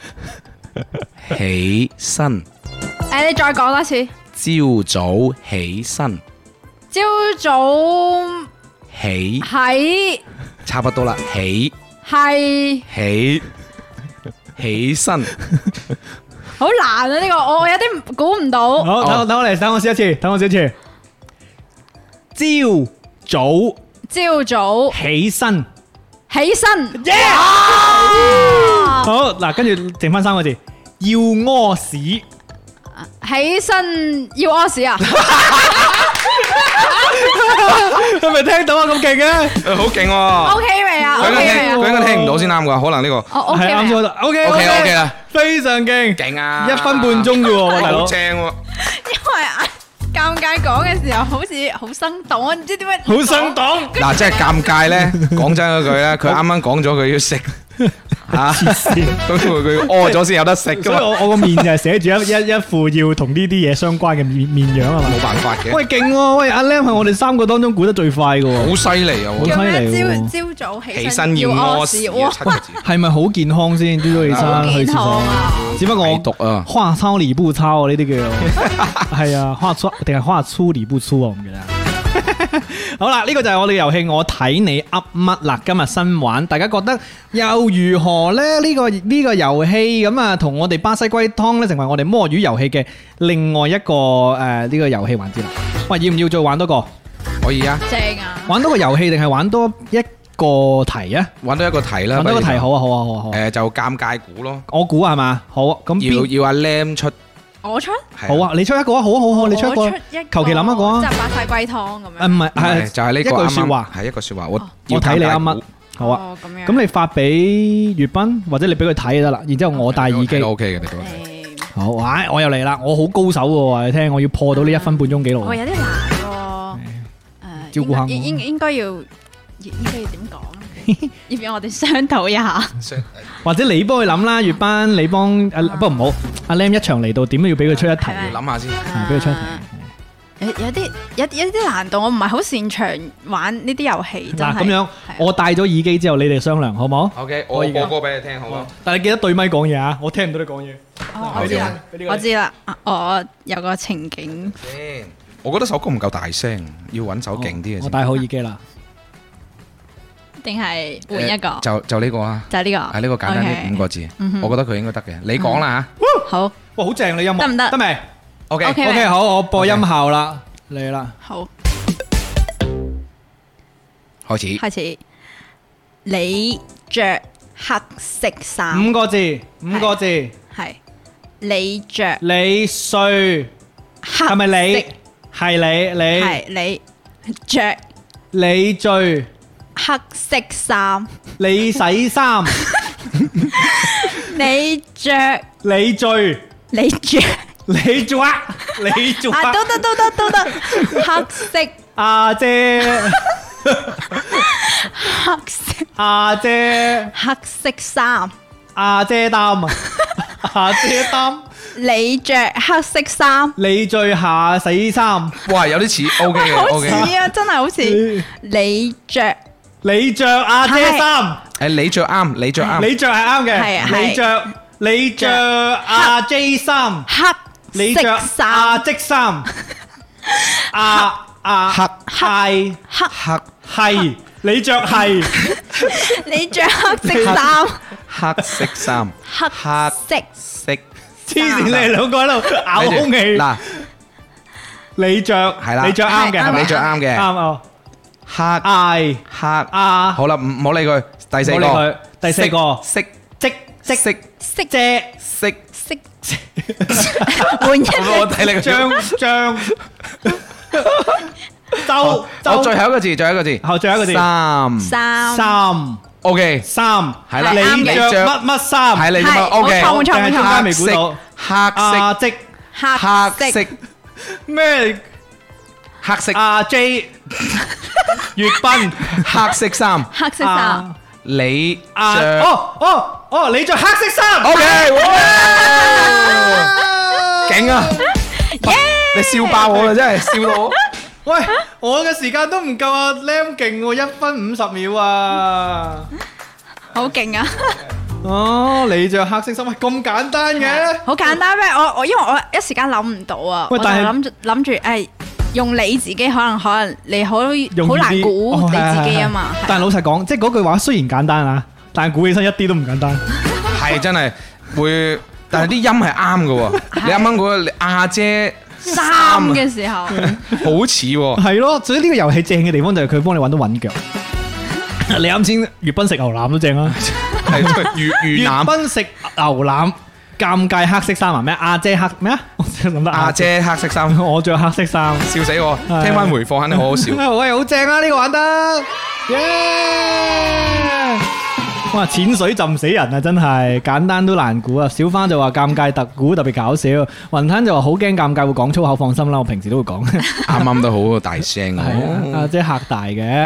起身，誒，你再講多次，朝早起身，朝早起喺差不多啦，起係起起身，好難啊！呢個我我有啲估唔到。好，Ờ. 等我等我嚟，等我試一次，等我試一次。朝早朝早起身，起身，耶！啊！Ờ, 好嗱，跟住剩翻三個字，要屙屎。 起身要屙屎啊！你咪聽到啊？咁勁嘅，好勁喎！ OK 未啊佢應該？OK 未聽，啊佢？應該聽唔到先啱㗎，可能呢個哦，OK 係啱未咗啊？啦。O K OK，OK 啦，非常勁，勁啊！一分半鐘啫喎，喂大佬好，正喎！因為啊尷尬講嘅時候好似好生動，我唔知點解好生動。嗱，即係尷 尬咧，講真嗰句咧，佢啱啱講咗佢要食嚇，咁佢佢屙咗先有得食所以㗎嘛，我我個面就係寫住一一一副要同呢啲嘢相關嘅面面樣係嘛？冇辦法嘅，喂，勁喎！喂，阿 Lam 係我哋三個當中估得最快嘅喎，好犀利啊！我覺叫咩犀利喎朝朝早得起起身身要要屙屙屎屎，要哇！七個字，係咪好健康先？朝早起好身健去廁康所，啊！只不過我排毒啊花糙理不糙啊，呢啲叫 係啊，花粗定係花粗理不粗啊？我唔記得。 好啦，呢個就係我哋遊戲，我睇你噏乜啦。今日新玩，大家覺得又如何呢？呢、個呢、個遊戲咁啊，同我哋巴西龜湯呢，成為我哋摸魚遊戲嘅另外一個誒呢、個遊戲環節啦。喂，要唔要再玩多個？可以啊，正啊！玩多個遊戲定係玩多一個題啊？揾到一個題啦，玩多個題好好啊，好啊，好啊，好啊。誒就尷尬估咯，我估係嘛？好啊，咁要邊要阿 Lam 出，我出，好係，啊？你出一個啊，好啊，好啊，好啊你出一個我啊出。一個，求其諗一個啊即係八晒龜湯咁啊，樣。唔係，係係就係呢一個句啱説啱話，係一句説話，我要我睇你尷啱尬乜估？好啊？哦，咁樣。咁你發俾月斌，或者你俾佢睇就得啦。然之後我戴耳睇機到。OK 嘅，你都你好，唉，我又嚟啦，我好高手喎，話你聽，我要破到呢一分半鐘紀我錄。有啲難喎。誒照顧下我應應應該要應應該要點講？要唔要我哋商討一下？或者你幫佢諗啦，月斌，你幫啊，不過唔好，阿 Lam 一場嚟到，點都要俾佢出一題係。咪諗下先。啊俾佢出題有有啲有有啲難度，我唔係好擅長玩呢啲遊戲，真嗱，係。咁樣係啊我戴咗耳機之後，你哋商量好唔好？ OK，可我以嘅播歌俾你聽好唔好？但係記得對咪講嘢啊，我聽唔到你講嘢。哦我知啦，我知啦，啊我有個情景，先，我覺得首歌唔夠大聲，要揾首勁啲嘅我先。戴好耳機啦。定係換一個誒，就就呢個啊，就係呢個，係呢個簡單 OK 啲五個字，我覺得佢應該得嘅。你講啦嚇好哇，好正你音樂得唔得得未 OK， OK ？OK，好，我播音效啦，嚟啦。好開始。開始。你着黑色衫，五個字，五個字，係你着你睡黑，係咪你色？係係你着你你醉， 黑色衫，你洗衫，你着你醉，你着你抓，你抓，啊，都得都得都得，黑色阿姐，黑色阿 姐，黑色衫，阿姐擔啊，阿姐擔，你着黑色衫。你醉下洗衫，哇，有啲似 OK 嘅 好 OK 似嘅。啊，真係好似你着你着阿姐衫，誒，你着啱，你着啱。你着係啱係嘅，啊係你着你着阿 J 衫，你黑着 À. 色阿衫，即 衫，阿阿黑係黑黑係，你着係。你着黑色衫，黑色衫，黑色色黐線，你哋兩個喺度咬跟住空氣。嗱，你着係啦你着啱嘅，係係咪你着啱嘅。啱啊！黑嗌黑，啊，好啦，唔唔好理佢。第四唔好理個佢，第四個色即色色色遮色。色，換一我隻睇你個張 張周我周最後一個字，最後一個字。好最後一個字三。衫，三 OK，三係啦你啱嘅着乜乜衫？係你咁啊係 OK。冇錯冇定錯係中冇間錯，未估到阿黑即色，黑黑色色，咩？黑色，阿 J 粵斌黑色衫。黑色衫，你阿着哦哦哦，你着黑色衫。 OK，哇 à. 勁啊！你笑爆我啦，真係笑到我。喂，我嘅時間都唔夠啊，Lam 勁喎，一分五十秒啊！好勁啊！哦，你着黑色衫，喂，咁簡單嘅？好簡單咩？我我因為我一時間諗唔到啊，嗯喂我就但係諗住諗住誒。用你自己可能可能你好容易好難啲估哦你係自己係啊係嘛，係但係老實講，即係嗰句話雖然簡單啊，但係估起身一啲都唔簡單。係真係會，但係啲音係啱嘅喎。你啱啱嗰個阿姐衫嘅時 候，嗯好似喎，係咯，所以呢個 遊戲正嘅地方就係佢幫你揾到揾腳。你啱先粵賓食牛腩都正啊，係越越南粵賓食牛腩，尷尬黑色衫啊咩？阿姐黑咩啊？ 我真係諗得阿，姐黑色衫，我着黑色衫。笑死我！聽翻回放肯定好好笑。啊喂，好正啊！呢個玩得，耶！哇，淺水浸死人啊！真係簡單都難估啊！小花就話尷尬特估特別搞笑，雲吞就話好驚尷尬會講粗口，放心啦，我平時都會講。啱啱都好大聲係啊，喎，即係嚇大嘅。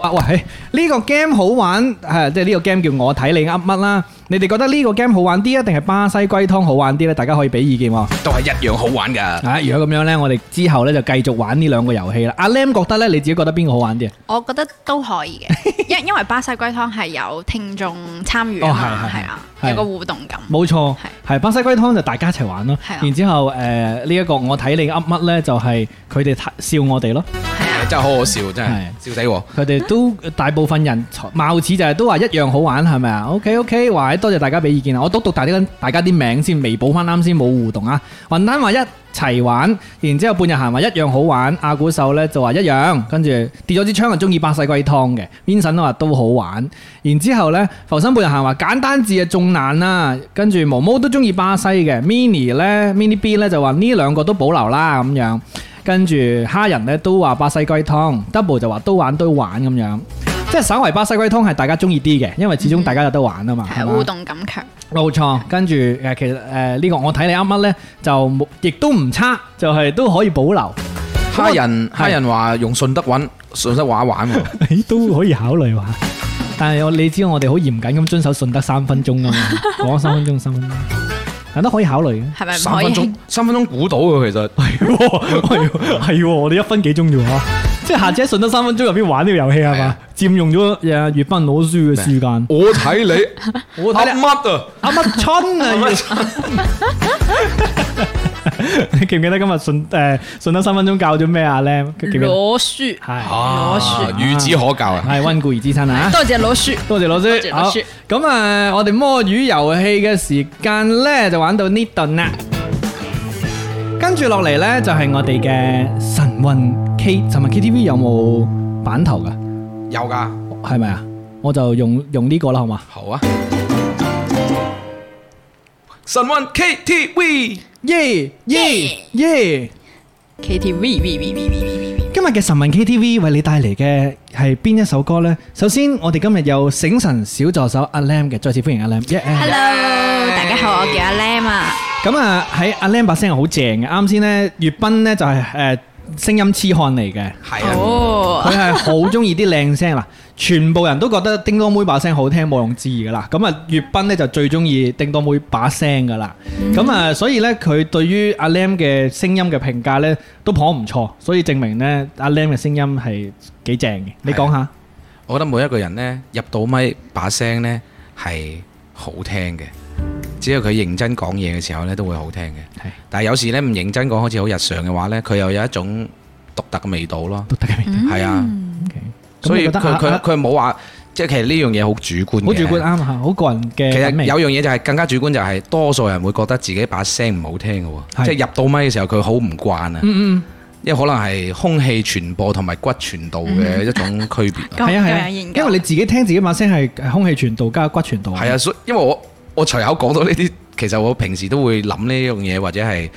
啊喂，呢個 game 好玩，係即係呢個 game 叫我睇你噏乜啦。你哋覺得呢個 game 好玩啲啊，定係巴西龜湯好玩啲呢？大家可以俾意見喎。都係一樣好玩㗎。啊，如果咁樣呢，我哋之後呢就繼續玩呢兩個遊戲啦。阿 Lam 覺得呢，你自己覺得邊個好玩啲啊？我覺得都可以嘅，因因為巴西龜湯係有聽眾參與啊哦，嘛係係係啊，係有個互動感。冇錯，係係巴西龜湯就大家一齊玩咯。係啊然之後誒呢一個我睇你噏乜呢，就係佢哋睇笑我哋咯。係啊，真係好好笑，真係係笑死我！佢哋都大部分人貌似就係都話一樣好玩係咪啊？OK OK，話多謝大家俾意見啊！我讀讀大家大家啲名先，彌補翻啱先冇互動啊。雲丹話一齊玩，然之後半日閒話一樣好玩，阿古獸呢就話一樣，跟住跌咗支槍係中意巴西龜湯嘅，Vincent 都話都好玩，然之後呢，浮生半日閒話簡單字啊仲難啦，跟住毛毛都中意巴西嘅，Mini 呢 Mini B 呢就話呢兩個都保留啦咁樣。跟住蝦人咧都話巴西龜湯，double 就話都玩都玩咁樣，即係稍為巴西龜湯係大家中意啲嘅，因為始終大家有得玩啊嘛，係係嘛互動感強。冇錯。跟住誒，其實誒呃呢、個我睇你啱啱呢，就冇亦都唔差，就係、都可以保留，蝦人蝦人話用順德揾順德話玩喎，都可以考慮玩。但係我你知我哋好嚴謹咁遵守順德三分鐘啊 嘛，講三分鐘三分鐘，但都可以考慮嘅。係咪唔三可分以？鐘三分鐘估到嘅其實。 系我哋一分幾鐘啫喎，即係下次喺順德三分鐘入邊玩呢個遊戲係係嘛啊，佔用咗誒粵賓老書嘅時間。我睇你，我睇你乜啊？阿乜春啊！你 記唔記得今日順誒順德三分鐘教咗咩啊？咧記唔記得？攞書，係啊攞書，孺子可教 啊！係温故而知新啊！多謝攞書。多謝老多師。謝老師好咁啊，我哋摸魚遊戲嘅時間咧就玩到呢度啦。跟住落嚟咧就係我哋嘅晨運 K，晨運 KTV 有冇版頭噶？有㗎，係咪啊？我就用用呢個啦，好嘛？好啊！神韵 KTV，耶耶耶！ KTV V V V V V V，今日嘅神文 KTV 為你帶嚟嘅係邊一首歌呢？首先，我哋今日有醒神小助手阿 Lam 嘅，再次歡迎阿 Lam。耶 Hello，大家好，我叫阿 Lam 啊， 咁啊，喺阿 Lam 把聲係好正嘅。啱先呢，粵斌呢就係、誒、聲音痴漢嚟嘅，係啊，哦佢，係好中意啲靚聲啦。全部人都覺得叮當妹把聲好聽，毋庸置疑噶啦。咁啊，粵斌呢就最中意叮當妹把聲噶啦。咁啊，所以呢，佢對於阿 Lam 嘅聲音嘅評價呢都頗唔錯，所以證明呢，阿 Lam 嘅聲音係幾正嘅。你講下。我覺得每一個人呢，入到咪把聲呢係好聽嘅，只要佢認真講嘢嘅時候呢，都會好聽嘅係。但係有時呢，唔認真講，好似好日常嘅話呢，佢又有一種獨特嘅味道咯。都得嘅味道。係啊，咁所你以覺得佢啊佢啊佢冇話，即係其實呢樣嘢好主觀嘅好主觀啱嚇，好個人嘅其品實味有樣嘢就係更加主觀，就係多數人會覺得自己把聲唔好聽嘅係喎，即係入到咪嘅時候佢好唔慣啊，嗯嗯因為可能係空氣傳播同埋骨傳導嗯嘅一種區 別啊。係咁啊係有啊，人研究因為你自己聽自己把聲係空氣傳導加骨傳導。係啊，所以因為我我隨口講到呢啲，其實我平時都會諗呢樣嘢，或者係誒、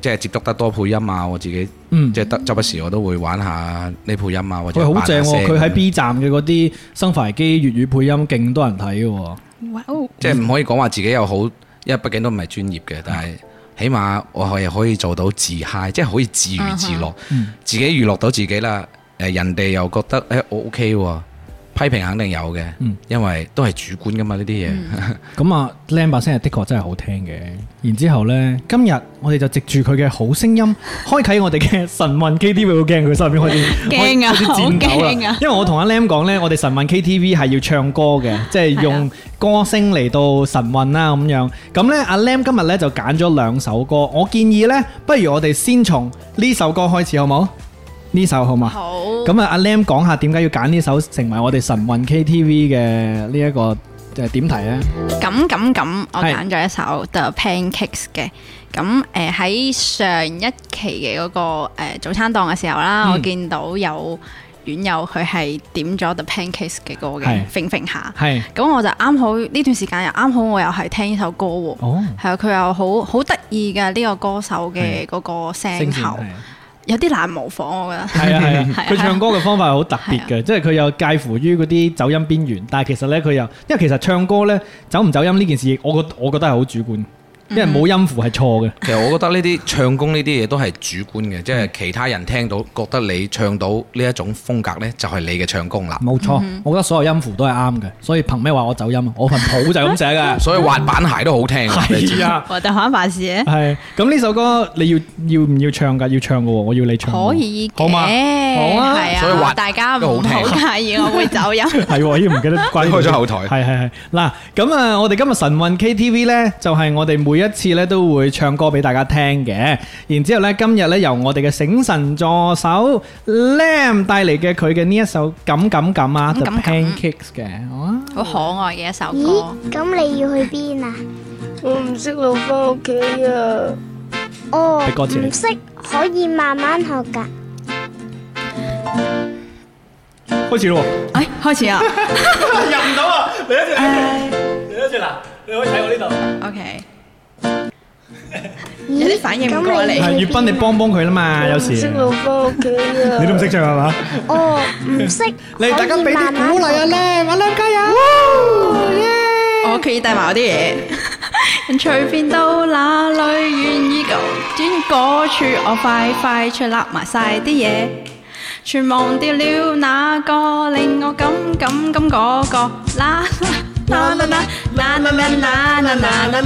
即係接觸得多配音啊，我自己嗯，即係得周不時我都會玩下呢配音啊，或者喂，好正扮喎！下聲佢喺 B 站嘅嗰啲生化危機粵語配音，勁多人睇嘅喎。哇哦，即係唔可以講話自己又好，因為畢竟都唔係專業嘅，但嗯係起碼我係可以做到自嗨，即係可以自娛自樂，嗯自己娛樂到自己啦。誒，人哋又覺得誒、我 OK 喎，批評肯定有嘅，嗯因為都係主觀噶嘛呢啲嘢。咁啊，Lam 把聲係的確真係好聽嘅。然之後呢，今日我哋就藉住佢嘅好聲音，開啟我哋嘅神韻 KTV。好驚佢身入邊開始驚啊開始戰鬥好驚啦啊。因為我同阿 Lam 講呢，我哋神韻 KTV 係要唱歌嘅，即係用歌聲嚟到神韻啦咁樣。咁呢，阿 Lam 今日呢就揀咗兩首歌，我建議呢，不如我哋先從呢首歌開始好冇？呢首好嘛？好，咁啊，阿 Lam 講下點解要揀呢首成為我哋神韻 KTV 嘅呢一個誒點題呢？咁咁咁，我係揀咗一首 The Pancakes 嘅。咁呃誒呃喺上一期嘅嗰個誒早餐檔嘅時候啦，嗯我見到有院友佢係點咗 The Pancakes 嘅歌嘅係，揈揈下。係咁我就啱好呢段時間又啱好我又係聽呢首歌喎。哦，係啊，佢又好好得意嘅呢個歌手嘅係嗰個聲聲線喉係，有啲難模仿我 覺得。係啊係啊係啊，佢唱歌嘅方法係好特別嘅，即係佢啊又介乎於嗰啲走音邊緣，但係其實咧佢又，因為其實唱歌咧走唔走音呢件事，我覺我覺得係好主觀，因為冇音符係錯嘅， 其實我覺得呢啲唱功呢啲嘢都係主觀嘅，即嗯係其他人聽到覺得你唱到呢一種風格呢，就係你嘅唱功啦。，冇錯，我覺得所有音符都係啱嘅，所以憑咩話我走音啊？我份譜就係咁寫嘅所以滑板鞋都好聽㗎。你知 係啊。我哋玩法事咧，系咁呢首歌你要要唔要唱噶？要唱噶喎，我要你唱喎。可以好嘅，嘛？好啊，所以係滑啊，大家都好唔聽好介意我會 走音。 系喎，依唔記得關 開咗後台係係係嗱，咁啊，我哋今日神運 KTV 呢，就係我哋每一次呢都會唱歌俾大家聽嘅。然之後呢，今日呢，由我哋嘅醒神助手 Lam 帶嚟嘅佢嘅呢一首《咁咁咁》啊，咁 The 咁咁 Pancakes 嘅。哇好可愛嘅一首咦歌，，咁你要去邊啊？我唔識路翻屋企啊！哦，你歌詞嚟唔識可以慢慢學㗎。開始咯喎，哎，開始啦入唔到啊！你一隻，你一隻嗱，你可以睇我呢度。 ，OK，咦有啲反應唔過嚟係月斌，你幫幫佢啦嘛，有時唔識路翻屋企啊！你都唔識唱係嘛？哦，唔識可嚟，大家以俾啲慢慢鼓勵啊學。 ，Lam，阿 Lam 加油！我決意帶埋我啲嘢。人隨便到哪裏願意go，轉嗰處我快快脆揦埋晒啲嘢，全忘掉了那個令我咁咁咁嗰個啦啦啦啦啦啦啦啦啦啦啦啦啦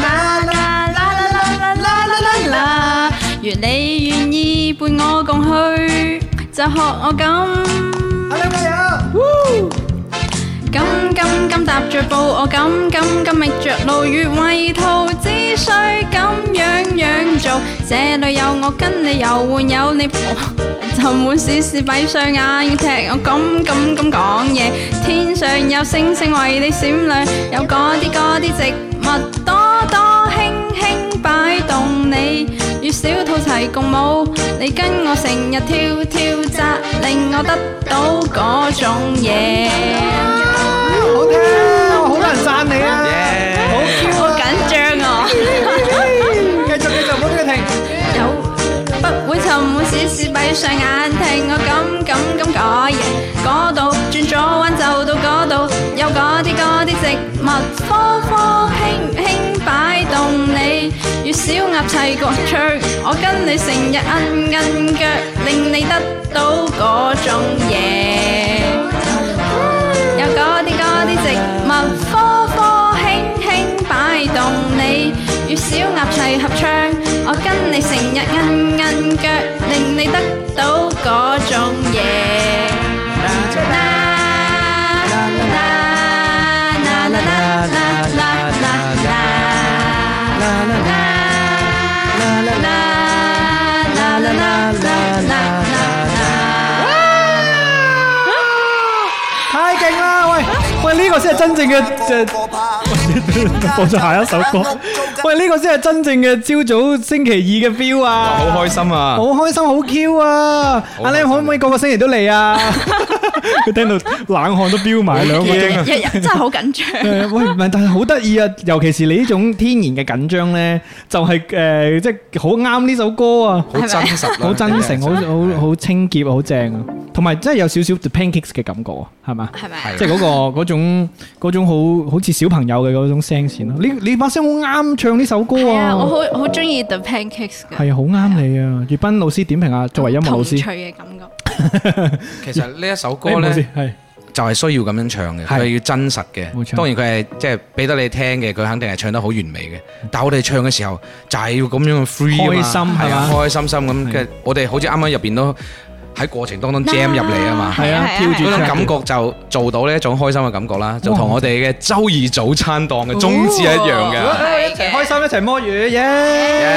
啦啦啦啦啦，如你願意伴我共去，就學我咁。咁咁咁踏着步，我咁咁咁覓着路，越為途只需咁樣樣做。這裏有我跟你遊玩，有你我就滿是是閉上眼踢我咁咁咁講嘢。天上有星星為你閃亮，有嗰啲嗰啲植物多多輕輕擺動你，與小兔齊共舞。你跟我成日跳跳扎，令我得到嗰種嘢。好聽，好多人讚你啊！ Yeah 好 Q 好緊張啊！繼續繼續，唔好俾佢停。有不會沉沒事事閉上眼聽我咁咁咁講嘢，嗰度轉左彎就到嗰度，有嗰啲嗰啲植物科科輕輕擺動你，與小鴨齊國唱，我跟你成日摁摁腳，令你得到嗰種嘢。有嗰啲嗰啲植物科科輕輕擺動你，與小鴨齊合唱，我跟你成日摁摁腳，令你得到嗰種嘢。太勁啦！喂喂，呢個先係真正嘅誒，放咗下一首歌。喂，呢個先係真正嘅朝早星期二嘅 feel 啊！好開心啊！好開心，好 Q 啊！阿 Lam 可唔可以個個星期都嚟啊？ 佢聽到冷汗都飆埋兩個日日真係好緊張。诶，喂，唔係，但係好得意啊！尤其是你呢種天然嘅緊張咧，就係诶，即係好啱呢首歌啊，好真實啦，好真誠，好好好清潔，好正啊！同埋真係有少少 The Pancakes 嘅感覺啊，係嘛？係咪啊？係即係嗰 個嗰種嗰種好好似小朋友嘅嗰種聲線咯。你你把聲好啱唱呢首歌係啊，啊我，好好中意 The Pancakes 嘅，係啊，好啱你啊！粵斌老師點評下，作為音樂老童師，趣嘅感覺。其 實呢一首誒歌唔好意呢思，係就係需要咁樣唱嘅，係佢要真實嘅冇。錯當然佢係即係俾得你聽嘅，佢肯定係唱得好完美嘅。但我哋唱嘅時候就係要咁樣 free 啊嘛開心係係啊嘛，開開心心咁。係嘅我哋好似啱啱入邊都喺過程當中 jam 入嚟啊嘛。係啊係啊跳係啊嗰住種唱感覺就做到呢一種開心嘅感覺啦，就同我哋嘅周二早餐檔嘅宗旨係一樣嘅。係嘅開心一齊摸魚，耶！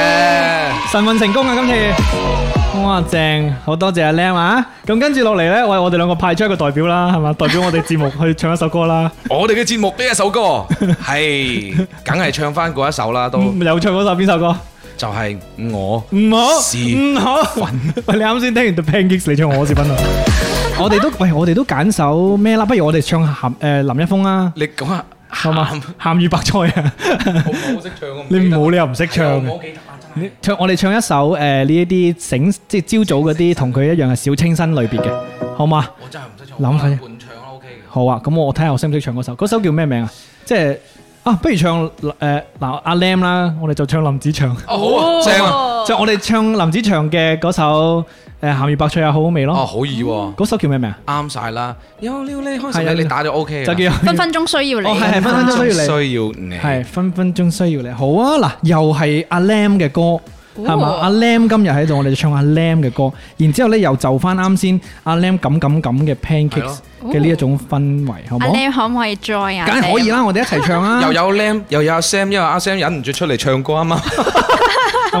神運成功啊！今次，哇正，好多謝阿 Lam 啊！咁跟住落嚟呢，喂，我哋兩個派出一個代表啦，係嘛？代表我哋節目去唱一首歌啦，我哋嘅節目呢一 首歌係，梗係唱翻嗰一首啦，都嗯有唱嗰首邊首歌？就係我。唔好，是唔好，喂，你啱先聽完 The Pancakes，你唱我是分啊？ 我哋都喂，我哋都揀首咩啦？不如我哋唱鹹诶林一峰啊，你講下好嘛？喊鹹魚白菜 啊，我唔識唱，啊我唔你記得冇理由唔識唱嘅我冇記得啊，真係你唱我哋唱一首诶呢一啲醒即係朝早嗰啲同佢一樣嘅小清新類別嘅，好嘛？我真係唔識唱。啊諗下先換唱啦，OK 嘅。好啊，咁我睇下我識唔識唱嗰首，嗰首叫咩名啊？即係啊，不如唱诶嗱阿 Lam 啦，我哋就唱林子祥。哦，好啊，正啊，就我哋唱林子祥嘅嗰首誒《鹹魚白菜》有好好味哦，咯，好易喎，嗰首叫咩名啊？啱晒啦。有料你開係啊心，你你打就 OK 嘅。就叫分分鐘需要 你。哦係係分分鐘需要你需要你。係分分鐘需要你。好啊，嗱，又係阿 Lam 嘅歌。係嘛？阿 Lam 今日喺度，我哋就唱阿 Lam 嘅歌，然之後咧又就翻啱先阿 Lam 咁咁咁嘅 pancakes 係咯嘅呢一種氛圍，好唔阿好？ Lam 可唔可以 join 啊？梗係可以啦，我哋一齊唱 啊！又有 Lam，又有阿 Sam，因為阿 Sam 忍唔住出嚟唱歌啊嘛。嗯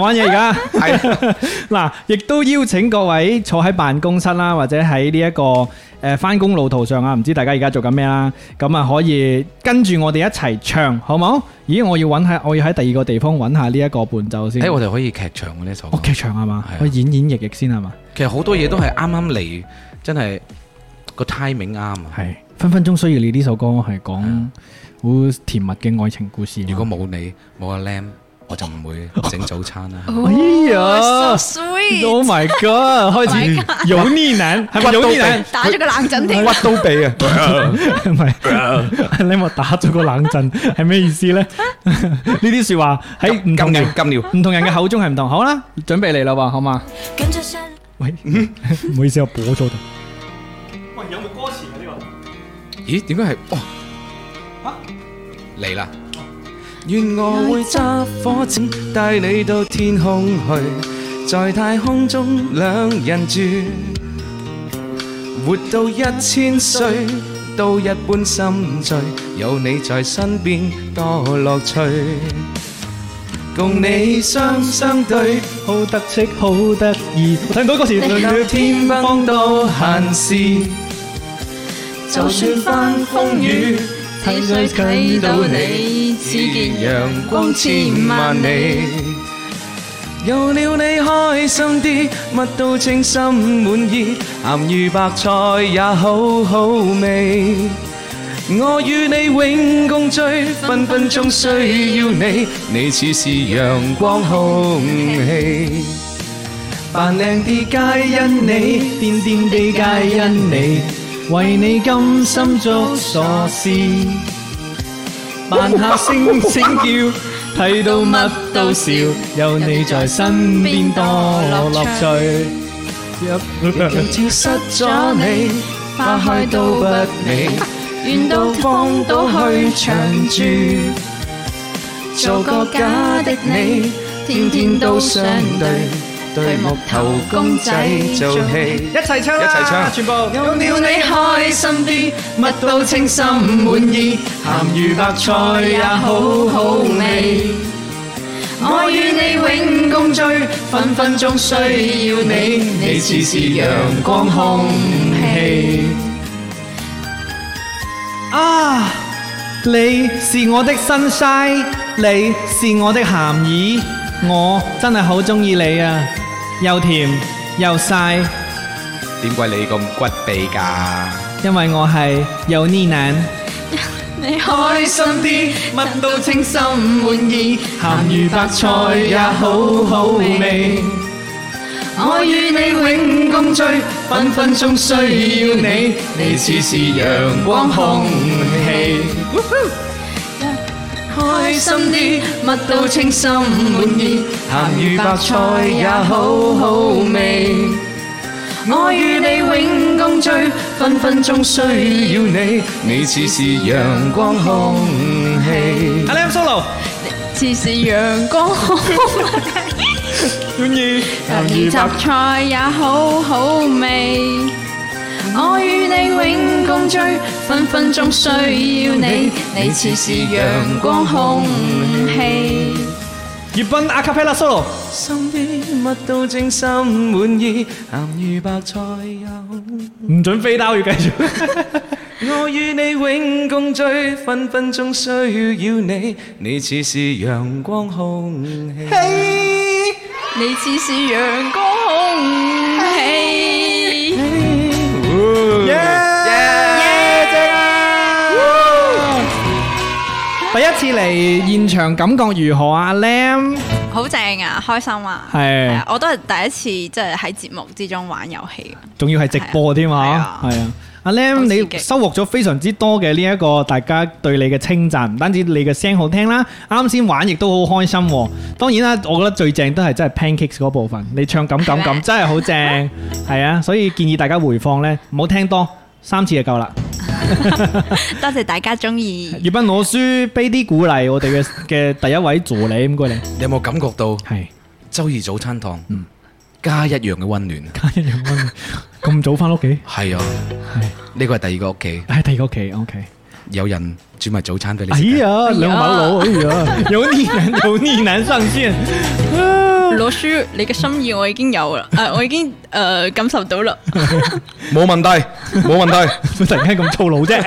玩嘢而家。係 嗱，亦都邀請各位坐喺辦公室啦，或者喺呢一個誒翻工路途上啊，唔知大家而家做緊咩啦？咁啊，可以跟住我哋一齊唱，好冇？咦，我要揾下，我要喺第二個地方揾下呢一個伴奏先。誒，哎我哋可以劇場嘅呢首歌我。劇場係嘛係啊？我演演繹繹先係嘛？其實好多嘢都係啱啱嚟，真係個 timing 啱啊。係分分鐘需要你呢首歌係講好甜蜜嘅愛情故事。啊如果冇你，冇阿 Lam，我就唔會整早餐啦。哦哎呀 Oh, so sweet，Oh Oh my God！開始油膩男係咪油膩男？打咗個冷震添。屈都俾啊！唔係，你咪打咗個冷震，係咩意思咧？呢啲说話喺 唔同金人尿金尿，唔同人嘅口中係唔同。好啦，準備嚟啦喎，好嘛？喂，唔好意思，我播咗度。啊咦？點解係哇？嚟啦！願我會揸火箭帶你到天空去，在太空中兩人住，活到一千歲都一般心醉，有你在身邊多樂趣，共你雙雙對。好得戚，好得意。我睇唔到嗰時。天崩到閒時，就算翻風雨，只需睇到你，只見陽光千萬里。有了你開心啲，乜都稱心滿意，鹹魚白菜也好好味。我與你永共聚，分分鐘需要你，你似是陽光空氣。扮靚啲皆因你，癲癲地皆因你，為你甘心做傻事。扮下星星叫，睇到乜都笑，有你在身邊多樂趣。就算失咗你，花開都不理，願到到荒荒島島去去長長住，住。做個假的你，天天都相對，對木頭公仔做戲。一齊唱啦一齊唱，全部。有了你開心啲，乜都稱心滿意，鹹魚白菜也好好味。我與你永共聚，分分鐘需要你，你似是陽光空氣。啊！你是我的 sunshine，你是我的鹹魚，我真係好中意你啊！又甜又晒，點解你咁骨痹㗎？因為我係有呢男。 你開開心啲，乜都稱心滿意，鹹魚白菜也好好味。我與你永共聚，分分鐘需要你，你似是陽光空氣。開心啲，乜都稱心滿意，鹹魚白菜也好好味。我與你永共聚，分分鐘需要你，你似是陽光空氣。阿 Lam solo，似是陽光空願意。魚雜菜也好好味。我與你永共聚，分分鐘需要你，你似是陽光空氣。葉斌阿卡 p e l a solo，心啲乜都正心滿意，鹹魚白菜有。唔准飛刀要繼 續。我與你永共聚，分分鐘需要你，你似是陽光空氣。 你似是陽光空氣。哦第一次嚟現場感覺如何啊？阿 Lam 好正啊，開心啊！係係啊我都係第一次即係喺節目之中玩遊戲。仲要係直播添啊，係啊係啊。阿好 Lam，刺激你收穫咗非常之多嘅呢一個大家對你嘅稱讚，唔單止你嘅聲好聽啦，啱先玩亦都好開心喎。當然啦，我覺得最正都係真係 Pancakes 嗰部分，你唱咁咁係咁 咩真係好正，係啊，所以建議大家回放呢，唔好聽多三次就夠啦。多謝大家中意， 葉斌老師俾啲鼓勵我哋嘅 嘅第一位助理，唔該你。你有冇感覺到係周二早餐堂嗯家一樣嘅温暖啊？加一樣温，咁早翻屋企，係啊，係呢個係第二個屋企，喺第二個屋企，OK。有人煮埋早餐俾你哎食嘅。呀，兩把佬，哎 呀，油腻男，油腻男上線。 啊老師你嘅心意我已經有 啦，呃誒我已經誒感受到啦。冇問題，冇問題。 突然間咁粗 魯啫。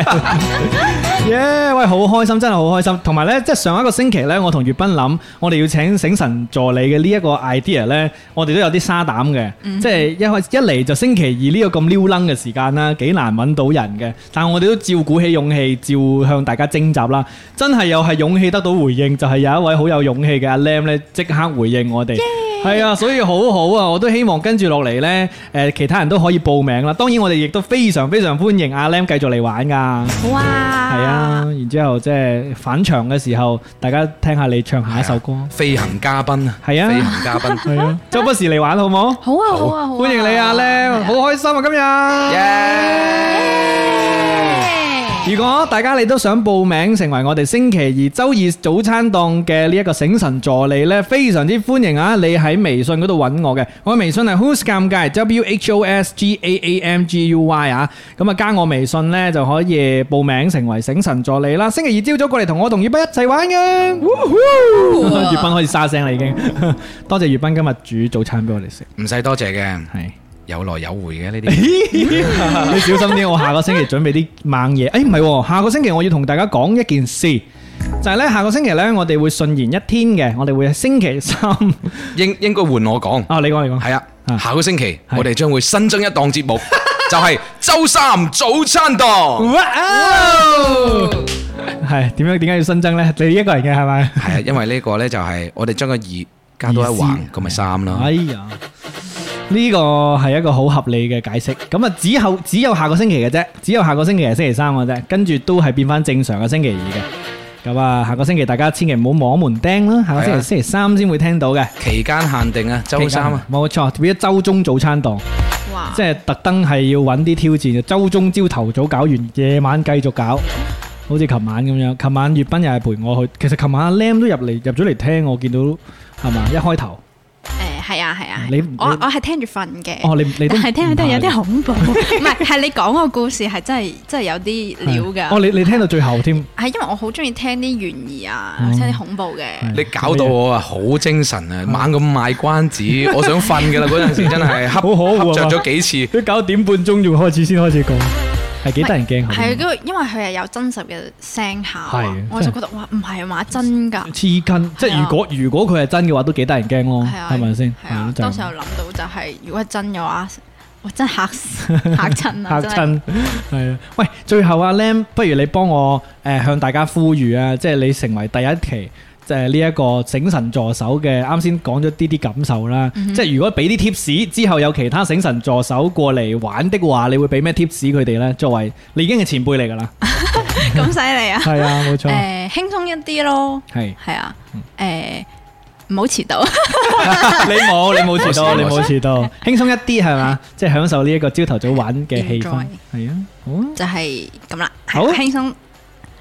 耶喂，好開心，真係好開心。同埋呢，即係上一個星期呢，我同粵斌諗，我哋要請醒神助理嘅呢一個 idea 呢，我哋都有啲沙膽嘅，即係一開一嚟就星期二呢個咁撩楞嘅時間啦，幾難揾到人嘅。但係我哋都照鼓起勇氣，照向大家徵集啦。真係又係勇氣得到回應，就係、有一位好有勇氣嘅阿 Lam 呢，即刻回應我哋。係啊，所以好好啊！我都希望跟住落嚟呢，誒、其他人都可以報名啦。當然我哋亦都非常非常歡迎阿 Lam 繼續嚟玩㗎。哇！係係啊，，然之後即係返場嘅時候，大家聽下你唱下一首歌。飛行嘉賓啊，係啊飛行嘉 賓。係啊，周不時嚟玩好冇？好啊好啊好啊！歡迎你阿 Lam，好開心啊今日。如果大家你都想報名成為我哋星期二周二早餐檔嘅呢一個醒神助理呢，非常之歡迎啊！你喺微信嗰度揾我嘅，我嘅微信係 Who's 尷尬 W H O S G A A M G U Y 啊，咁啊加我微信呢，就可以報名成為醒神助理啦。星期二朝早過嚟同我同月斌一齊玩嘅， 月斌開始沙聲啦已經， 多謝月斌今日煮早餐俾我哋食，唔使多謝嘅，係。有來有回嘅呢啲。 你小心啲，我下個星期準備啲猛嘢。哎诶、唔係喎，下個星期我要同大家講一件事，就係呢。下個星期呢，我哋會順延一天嘅，我哋會係星期三。 啊，應應該換我講。你講你講，係啊啊，下個星期係我哋將會新增一檔節目，就係周三早餐檔。哇哦，係點樣？點解要新增呢？你一個人嘅係咪？係啊，因為呢個呢，就係我哋將個二加多一意橫，思咁咪三啦哎。呀，呢個係一個好合理嘅解釋。咁啊，只後只有下個星期嘅啫，只有下個星期係星期三嘅啫，跟住都係變翻正常嘅星期二嘅。咁啊，下個星期大家千祈唔好摸門釘啦，下個星係期啊星期三先會聽到嘅。期間限定啊，周三啊，冇錯，變咗周中早餐檔，哇！即係特登係要揾啲挑戰，周中朝頭早搞完，夜晚繼續搞。好似琴晚咁樣，琴晚月斌又係陪我去，其實琴晚阿 Lam 都入嚟入咗嚟聽，我見到係嘛？一開頭，誒係啊係啊，你我你我係聽住瞓嘅。哦，你你都 但係聽下都有啲唔 恐怖，唔係係你講個故事係真係真係有啲料係哦，㗎，你你聽到最後添，係因為我好中意聽啲懸疑啊，哦聽啲恐怖嘅。係你搞到我啊好精神啊，猛咁賣關子，我想瞓㗎啦嗰陣 時真係好恰可惡啊恰着咗幾次。佢九點半鐘仲開始先開始講，係幾得人驚係係啊因為因為佢係有真實嘅聲效啊係我就覺得哇，唔係啊嘛，真㗎，黐筋，即係如果如果佢係真嘅話，都幾得人驚咯，係啊，嗯係咪先？係啊，就係當咁時我諗到就係如果係真嘅話，我真係嚇 死嚇親啊，嚇真係親係啊！喂，最後阿 Lam，不如你幫我誒、呃向大家呼籲啊，即係你成為第一期。即係呢一個醒神助手嘅，啱先講咗啲啲感受啦。即係如果俾啲 tips 之後有其他醒神助手過嚟玩的話，你會俾咩 tips 佢哋呢？作為你已經係前輩嚟㗎 啦，咁犀利啊！係啊，冇嗯錯，嗯誒，輕鬆一啲咯，係係啊，誒，唔好遲到。 你冇你冇遲到，我你先冇我遲到，輕鬆一啲係嘛？即係享受呢一個朝頭早玩嘅氣氛 Enjoy，係啊，好啊，就係咁啦，好係啊輕鬆，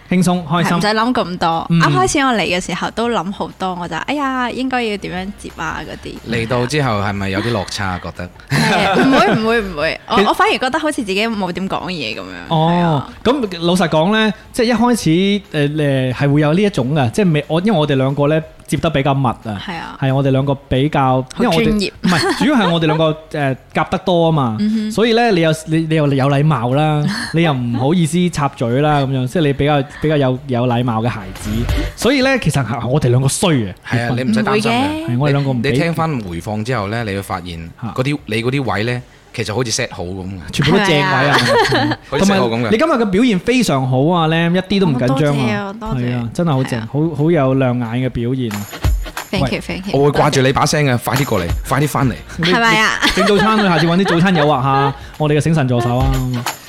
輕鬆開係心唔使。諗咁多。嗯啱開始我嚟嘅時候都諗好多，我就哎呀，應該要點樣接啊嗰啲。嚟到之後係咪有啲落差啊覺得？ 誒唔 會唔會唔會，我其實我反而覺得好似自己冇點講嘢咁樣。係哦啊，，咁老實講呢，即係一開始誒誒係會有呢一種嘅，即係未我因為我哋兩個呢接得比較密啊，係啊係我哋兩個比較，好因為我哋專業嗯唔係主要係我哋兩個誒夾得多啊 嘛，所以呢，你有你你又有禮貌啦， 你又唔好意思插嘴啦咁樣，即係你比較比較有有禮貌嘅孩子，所以呢，其實係我哋兩個衰嘅，係啊，你唔使唔會擔心嘅。嘅，係我哋兩個唔你俾聽翻回放之後呢，你會發現嚇嗰啲你嗰啲位呢，其實好似 set 好咁嘅，全部都正位啊！好似同 set 埋好咁你今嘅。日嘅表現非常好啊，Lam 一啲都唔緊張啊，哦多謝啊多謝係啊，真係好正，係啊好好有亮眼嘅表現啊！ thank you thank you，我會掛住你把聲嘅，快 啲過嚟，快啲翻嚟。係咪啊？整早餐，佢下次揾啲早餐誘惑下我哋嘅醒神助手啊！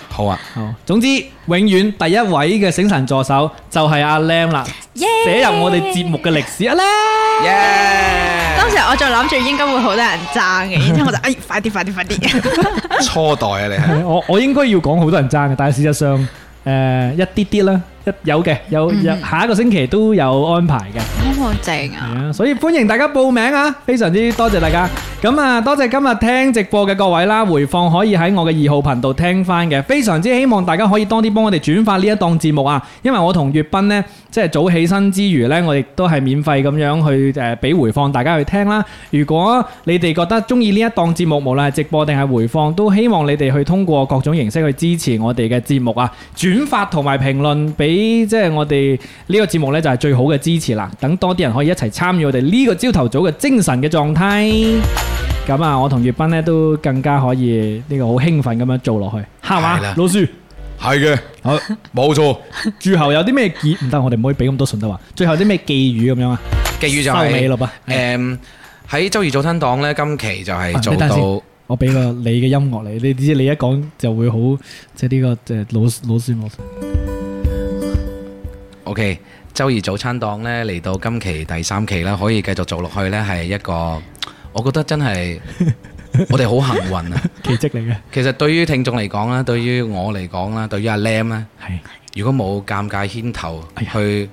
好啊，好，總之永遠第一位嘅醒神助手就係阿 Lam 啦，寫入我哋節目嘅歷史啊 Lam！耶！當時我仲諗住應該會好多人爭嘅，然之後我就哎快啲快啲 快啲，初代啊，你係我我應該要講好多人爭嘅，但係事實上誒、一啲啲啦，一有嘅有有下一個星期都有安排嘅。好正啊！係啊，所以歡迎大家報名啊！非常之多謝大家。咁啊，多謝今日聽直播嘅各位啦，回放可以喺我嘅二號頻道聽翻嘅。非常之希望大家可以多啲幫我哋轉發呢一檔節目啊，因為我同粵斌呢，即係早起身之餘呢，我亦都係免費咁樣去誒俾回放大家去聽啦。如果你哋覺得中意呢一檔節目，無論係直播定係回放，都希望你哋去通過各種形式去支持我哋嘅節目啊，轉發同埋評論俾即係我哋呢個節目呢，就係最好嘅支持啦。等多啲人可以一齊參與我哋呢個朝頭早嘅精神嘅狀態。咁啊，我同粵斌呢，都更加可以呢個好興奮咁樣做落去，係嘛係啦？老師， 係嘅，好，冇錯。最後有啲咩結唔得？我哋唔可以俾咁多順德話。最後有啲咩寄語咁樣啊？寄語就收尾係咯噃。誒喺周二早餐檔咧，今期就係做啊你等陣到先。我俾個你嘅音樂你，你知你一講就會好，即係呢個誒老老師冇。 OK，周二早餐檔呢，嚟到今期第三期啦，可以繼續做落去呢，係一個，我覺得 真係我哋好幸運啊！奇蹟嚟嘅，其實對於聽眾嚟講啦，對於我嚟講啦，對於阿 Lam 呢，係，如果冇尷尬牽頭哎呀去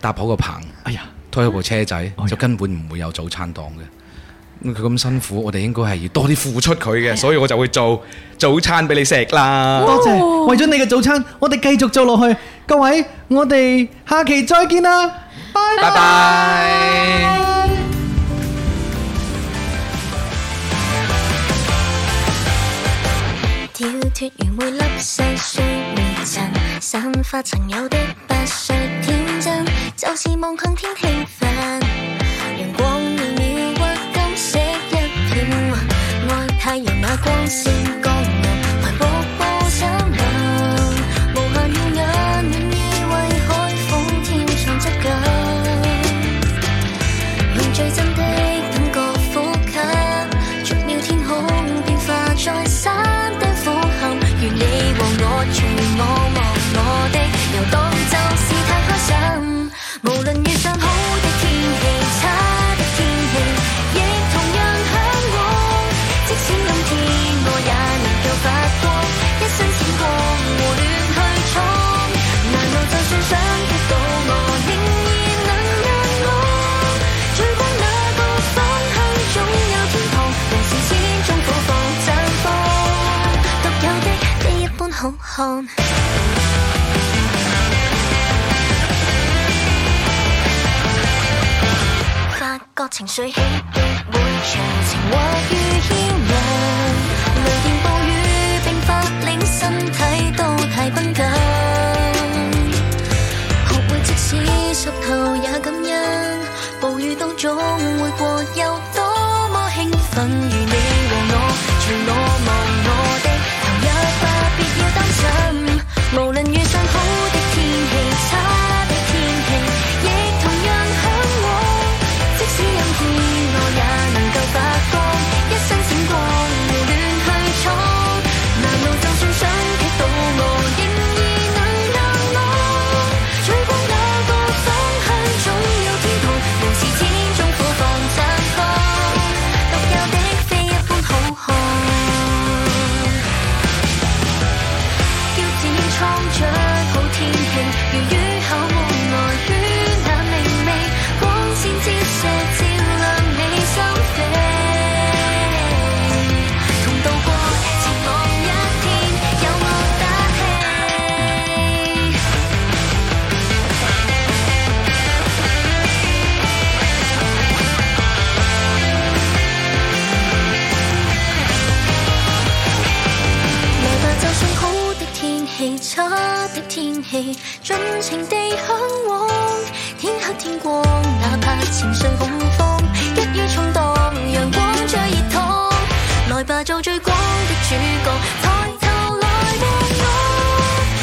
搭好個棚，哎呀，推好部車仔呀，就根本唔會哦有早餐檔嘅。咁佢咁辛苦，我哋應該係要啊多啲付出佢嘅，所以我就會做早餐俾你食啦。多謝，為咗你嘅早餐，我哋繼續做落去，各位，我哋下期再見啦，拜拜。拜拜。跳脱完每粒細碎微塵，散發曾有的八歲天真，就是望向天興奮。陽光妙妙或金色一片雲，愛太陽那光線降臨，懷瀑布燦爛，無限耀眼，願意為海風添上質感。用最真的感覺呼吸，逐秒天空變化在山頂俯瞰，如你和我，隨我望我的遊蕩就是太開心。無論遇上好的天氣、差的天氣，亦同樣向往。即使今天我也能夠發光，一身閃光胡亂去闖，難道就算想擊倒我，仍然能讓我？追光那個方向，總有天堂，無視千種苦況綻放，獨有的你一般好看。發覺情緒起跌會長，情或於牽引，雷電暴雨並發令身體都太繃緊。學會即使濕透也感恩，暴雨當中會過，有多麼興奮。如你和我，隨我望我的頭，也不必要擔心。無論遇上好的天氣、差的天氣，亦同樣向往。即使陰天，我也能夠發光，一身閃光，無亂去闖。難道就算想擊倒我，仍然能讓我？追光那個方向，總有天堂，無視千種苦況綻放，獨有的非一般好看。標展創着好天氣，如雨口換來暖眼明媚，光線折射照亮你心扉，同渡過前往一天，有我打氣。來吧，就算好的天氣、差的天氣，盡情地向往。天黑天光，哪怕情緒恐慌，一於衝蕩，陽光最熱燙。來吧，做最光的主主角，抬頭來望我，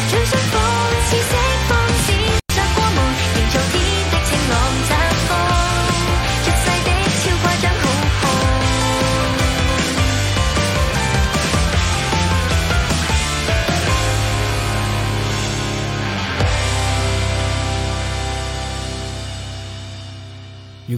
最想放肆釋放，閃着光芒，營造天的晴朗綻放，絕世的超誇張好看。如